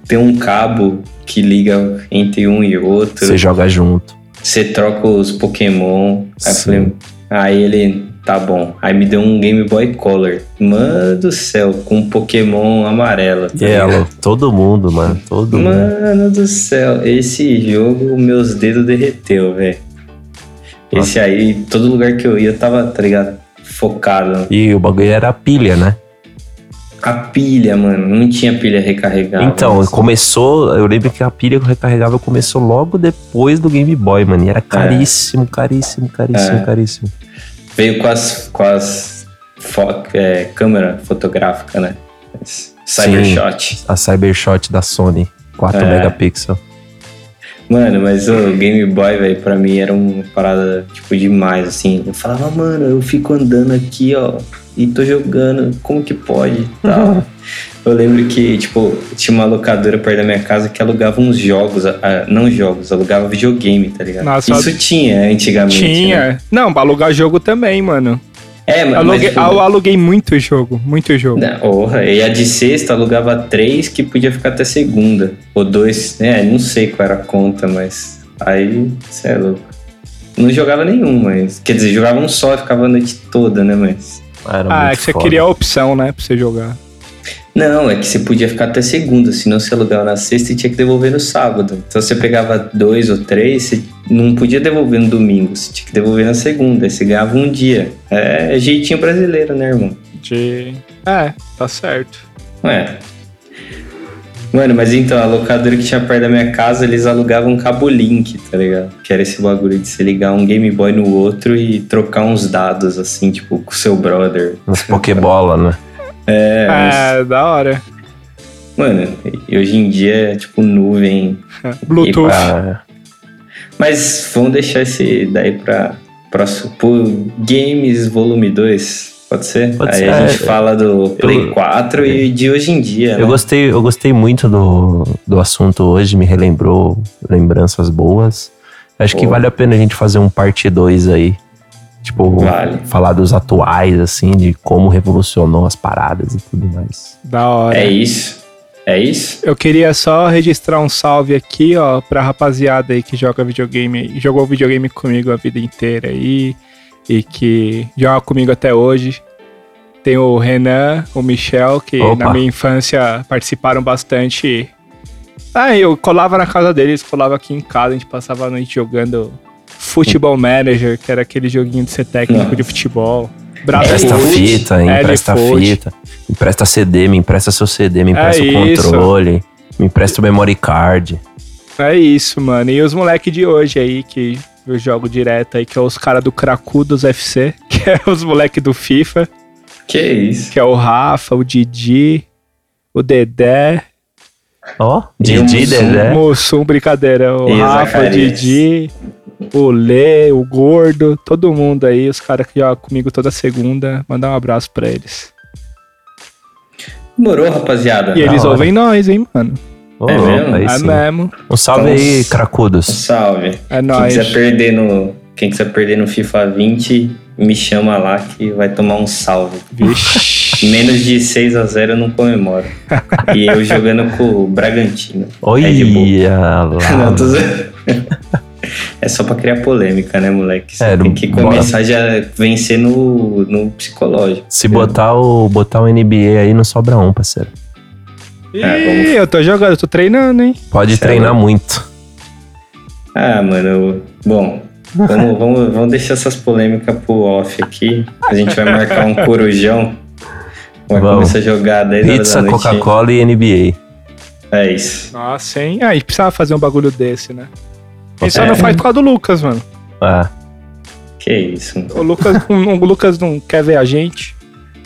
Speaker 2: Tem um cabo que liga entre um e outro.
Speaker 3: Você joga junto.
Speaker 2: Você troca os Pokémon. Aí, eu
Speaker 3: Sim.
Speaker 2: falei, aí ele, tá bom. Aí me deu um Game Boy Color. Mano do céu, com um Pokémon amarelo. tá ligado?
Speaker 3: Yellow. É, Todo mundo, mano. Todo mundo.
Speaker 2: Mano do céu, esse jogo, meus dedos derreteu, velho. Esse aí, todo lugar que eu ia, eu tava, tá ligado? Focado.
Speaker 3: E o bagulho era pilha, né?
Speaker 2: A pilha, mano, não tinha pilha recarregável.
Speaker 3: Então,
Speaker 2: Ah, Mas-
Speaker 3: começou. Eu lembro que a pilha recarregável começou logo depois do Game Boy, mano. E
Speaker 2: É.
Speaker 3: era caríssimo, caríssimo, caríssimo, caríssimo.
Speaker 2: veio com as, com as fo- é, câmera fotográfica, né? Cybershot.
Speaker 3: A Cybershot da Sony, 4
Speaker 2: É.
Speaker 3: megapixels.
Speaker 2: Mano, mas o Game Boy, velho, pra mim era uma parada, tipo, demais, assim. Eu falava, mano, eu fico andando aqui, ó, e tô jogando, como que pode? Tal. eu lembro que, tipo, tinha uma locadora perto da minha casa que alugava uns jogos, ah, não jogos, alugava videogame, tá ligado?
Speaker 4: Nossa,
Speaker 2: Isso tinha antigamente. né?
Speaker 4: Tinha. Não, pra alugar jogo também, mano.
Speaker 2: É, mas.
Speaker 4: Aluguei,
Speaker 2: mas, tipo,
Speaker 4: eu aluguei muito jogo, muito jogo.
Speaker 2: Não, Porra, e a de sexta alugava três que podia ficar até segunda. Ou dois, né? Não sei qual era a conta, mas. Aí, cê é louco. Não jogava nenhum, mas. Quer dizer, jogava um só, ficava a noite toda, né? Mas.
Speaker 3: Era
Speaker 4: ah,
Speaker 3: muito
Speaker 4: é que você
Speaker 3: foda.
Speaker 4: queria a opção, né, pra você jogar.
Speaker 2: Não, é que você podia ficar até segunda, senão você alugava na sexta e tinha que devolver no sábado. Então você pegava dois ou três, você não podia devolver no domingo, você tinha que devolver na segunda, aí você ganhava um dia. É, é jeitinho brasileiro, né, irmão?
Speaker 4: De. É, tá certo.
Speaker 2: Ué. Mano, mas então, a locadora que tinha perto da minha casa, eles alugavam um cabo link, tá ligado? Que era esse bagulho de você ligar um Game Boy no outro e trocar uns dados, assim, tipo, com seu brother.
Speaker 3: Nas Pokébola, né?
Speaker 2: É, mas,
Speaker 4: É, da hora.
Speaker 2: mano, e hoje em dia é tipo nuvem.
Speaker 4: Bluetooth.
Speaker 3: Ah,
Speaker 2: Mas vamos deixar esse daí pra próximo. Pro Games Volume 2, pode ser?
Speaker 3: Pode
Speaker 2: Aí
Speaker 3: ser,
Speaker 2: a
Speaker 3: é,
Speaker 2: gente fala do Play 4 e de hoje em dia,
Speaker 3: eu,
Speaker 2: né?
Speaker 3: gostei, eu gostei muito do, do assunto hoje, me relembrou lembranças boas. Acho que
Speaker 2: Boa.
Speaker 3: vale a pena a gente fazer um parte 2 aí. Tipo,
Speaker 2: Vale.
Speaker 3: falar dos atuais, assim, de como revolucionou as paradas e tudo mais.
Speaker 4: Da hora.
Speaker 2: É isso. É isso?
Speaker 4: Eu queria só registrar um salve aqui, ó, pra rapaziada aí que joga videogame, jogou videogame comigo a vida inteira aí e que joga comigo até hoje. Tem o Renan, o Michel, que
Speaker 3: Opa.
Speaker 4: na minha infância participaram bastante. Ah, eu colava na casa deles, colava aqui em casa, a gente passava a noite jogando Futebol Manager, que era aquele joguinho de ser técnico
Speaker 2: Não.
Speaker 4: de futebol.
Speaker 2: É
Speaker 4: Braço
Speaker 3: Empresta
Speaker 2: Foot,
Speaker 3: fita,
Speaker 4: L
Speaker 3: empresta
Speaker 4: Foot.
Speaker 3: fita, empresta CD, me empresta seu CD, me empresta
Speaker 2: É
Speaker 3: o
Speaker 4: isso.
Speaker 3: controle, me empresta o memory card.
Speaker 4: É isso, mano. E os moleque de hoje aí que eu jogo direto aí, que é os cara do Cracudos FC, que é os moleque do FIFA,
Speaker 2: Que isso?
Speaker 4: que é o Rafa, o Didi, o Dedé,
Speaker 3: Ó,
Speaker 2: E um
Speaker 3: Didi,
Speaker 2: zoom.
Speaker 4: o
Speaker 3: Dedé.
Speaker 4: Mussum, brincadeira, o
Speaker 2: E o
Speaker 4: Rafa, o
Speaker 2: Zacarias.
Speaker 4: Didi, o Lê, o Gordo, todo mundo aí, os caras que jogam comigo toda segunda, mandar um abraço pra eles.
Speaker 2: Morou, rapaziada.
Speaker 4: E eles
Speaker 3: hora.
Speaker 4: ouvem nós, hein, mano.
Speaker 3: Ô,
Speaker 2: É
Speaker 3: louco,
Speaker 2: mesmo?
Speaker 3: aí
Speaker 4: É
Speaker 3: sim.
Speaker 4: mesmo,
Speaker 3: Um salve
Speaker 2: Então,
Speaker 3: aí,
Speaker 2: s- Um
Speaker 3: Cracudos.
Speaker 2: salve.
Speaker 4: é
Speaker 2: Quem
Speaker 4: nóis.
Speaker 2: quiser perder no. Quem quiser perder no FIFA 20, me chama lá que vai tomar um salve.
Speaker 4: Vixe.
Speaker 2: Menos de 6 a 0 eu não comemoro. e eu jogando com o Bragantino. Red Bull.
Speaker 3: Olha lá.
Speaker 2: Não, tô zoando. É só pra criar polêmica, né, moleque? Você
Speaker 3: É,
Speaker 2: tem
Speaker 3: não-
Speaker 2: que começar já a vencer no, no psicológico.
Speaker 3: Se botar o, botar o NBA aí, não sobra um, parceiro.
Speaker 2: vamos-
Speaker 4: Ih, eu tô jogando, eu tô treinando, hein.
Speaker 3: Pode
Speaker 2: Sério?
Speaker 3: treinar muito.
Speaker 2: Ah, mano, eu- bom. Vamos, vamos, vamos deixar essas polêmicas pro off aqui. A gente vai marcar um corujão. Vai
Speaker 3: Vamos.
Speaker 2: começar a jogar 10 horas da
Speaker 3: Pizza,
Speaker 2: noite.
Speaker 3: Coca-Cola e NBA.
Speaker 2: É isso.
Speaker 4: Nossa, hein? Aí precisava fazer um bagulho desse, né?
Speaker 3: Com
Speaker 4: Ele só não
Speaker 2: certeza.
Speaker 4: faz por causa do Lucas, mano.
Speaker 3: É. Ah,
Speaker 2: Que isso. mano.
Speaker 4: O Lucas, não- o Lucas não quer ver a gente.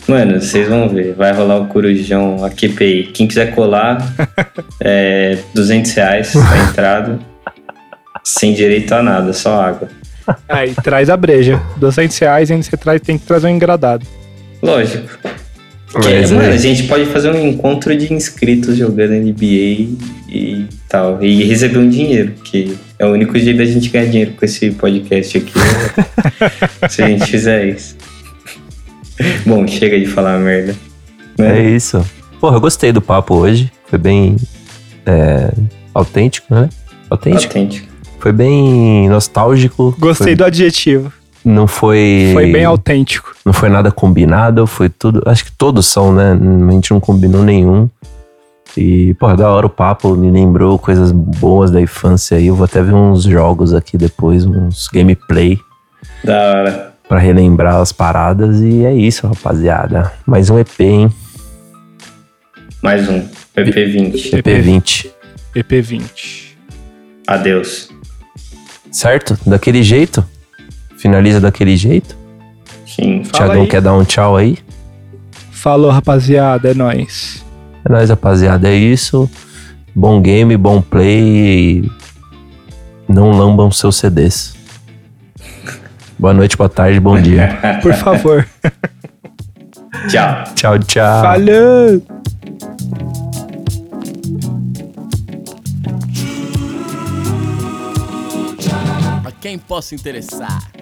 Speaker 2: Mano, vocês vão ver. Vai rolar o corujão, a QPI. Quem quiser colar, é 200 reais a entrada. sem direito a nada, só água.
Speaker 4: Aí traz a breja. 200 reais, ainda você traz, tem que trazer um engradado.
Speaker 2: Lógico. Que,
Speaker 3: mas,
Speaker 2: mano,
Speaker 3: né,
Speaker 2: a gente pode fazer um encontro de inscritos jogando NBA e tal. E receber um dinheiro, que é o único jeito da gente ganhar dinheiro com esse podcast aqui. né? se a gente fizer isso. Bom, chega de falar merda.
Speaker 3: é isso. Porra, eu gostei do papo hoje. Foi bem é, autêntico, né? Autêntico.
Speaker 2: é Autêntico.
Speaker 3: Foi bem nostálgico.
Speaker 4: Gostei
Speaker 3: Foi-
Speaker 4: do adjetivo.
Speaker 3: Não foi.
Speaker 4: Foi bem autêntico.
Speaker 3: Não foi nada combinado, foi tudo. Acho que todos são, né? A gente não combinou nenhum. E, pô, da hora o papo me lembrou coisas boas da infância aí. Eu vou até ver uns jogos aqui depois, uns gameplay,
Speaker 2: Da hora.
Speaker 3: pra relembrar as paradas. E é isso, rapaziada. Mais um EP, hein?
Speaker 2: Mais um. PP20.
Speaker 3: EP20.
Speaker 4: EP20.
Speaker 2: Adeus.
Speaker 3: Certo? Daquele jeito? Finaliza daquele jeito?
Speaker 2: Sim.
Speaker 4: Fala
Speaker 3: Tiagão
Speaker 4: aí.
Speaker 3: quer dar um tchau aí?
Speaker 4: Falou, rapaziada. É nóis.
Speaker 3: É nóis, rapaziada. É isso. Bom game, bom play. e Não lambam seus CDs. Boa noite, boa tarde, bom dia.
Speaker 4: Por favor.
Speaker 2: Tchau.
Speaker 3: tchau, tchau.
Speaker 4: Falou!
Speaker 1: A quem posso interessar?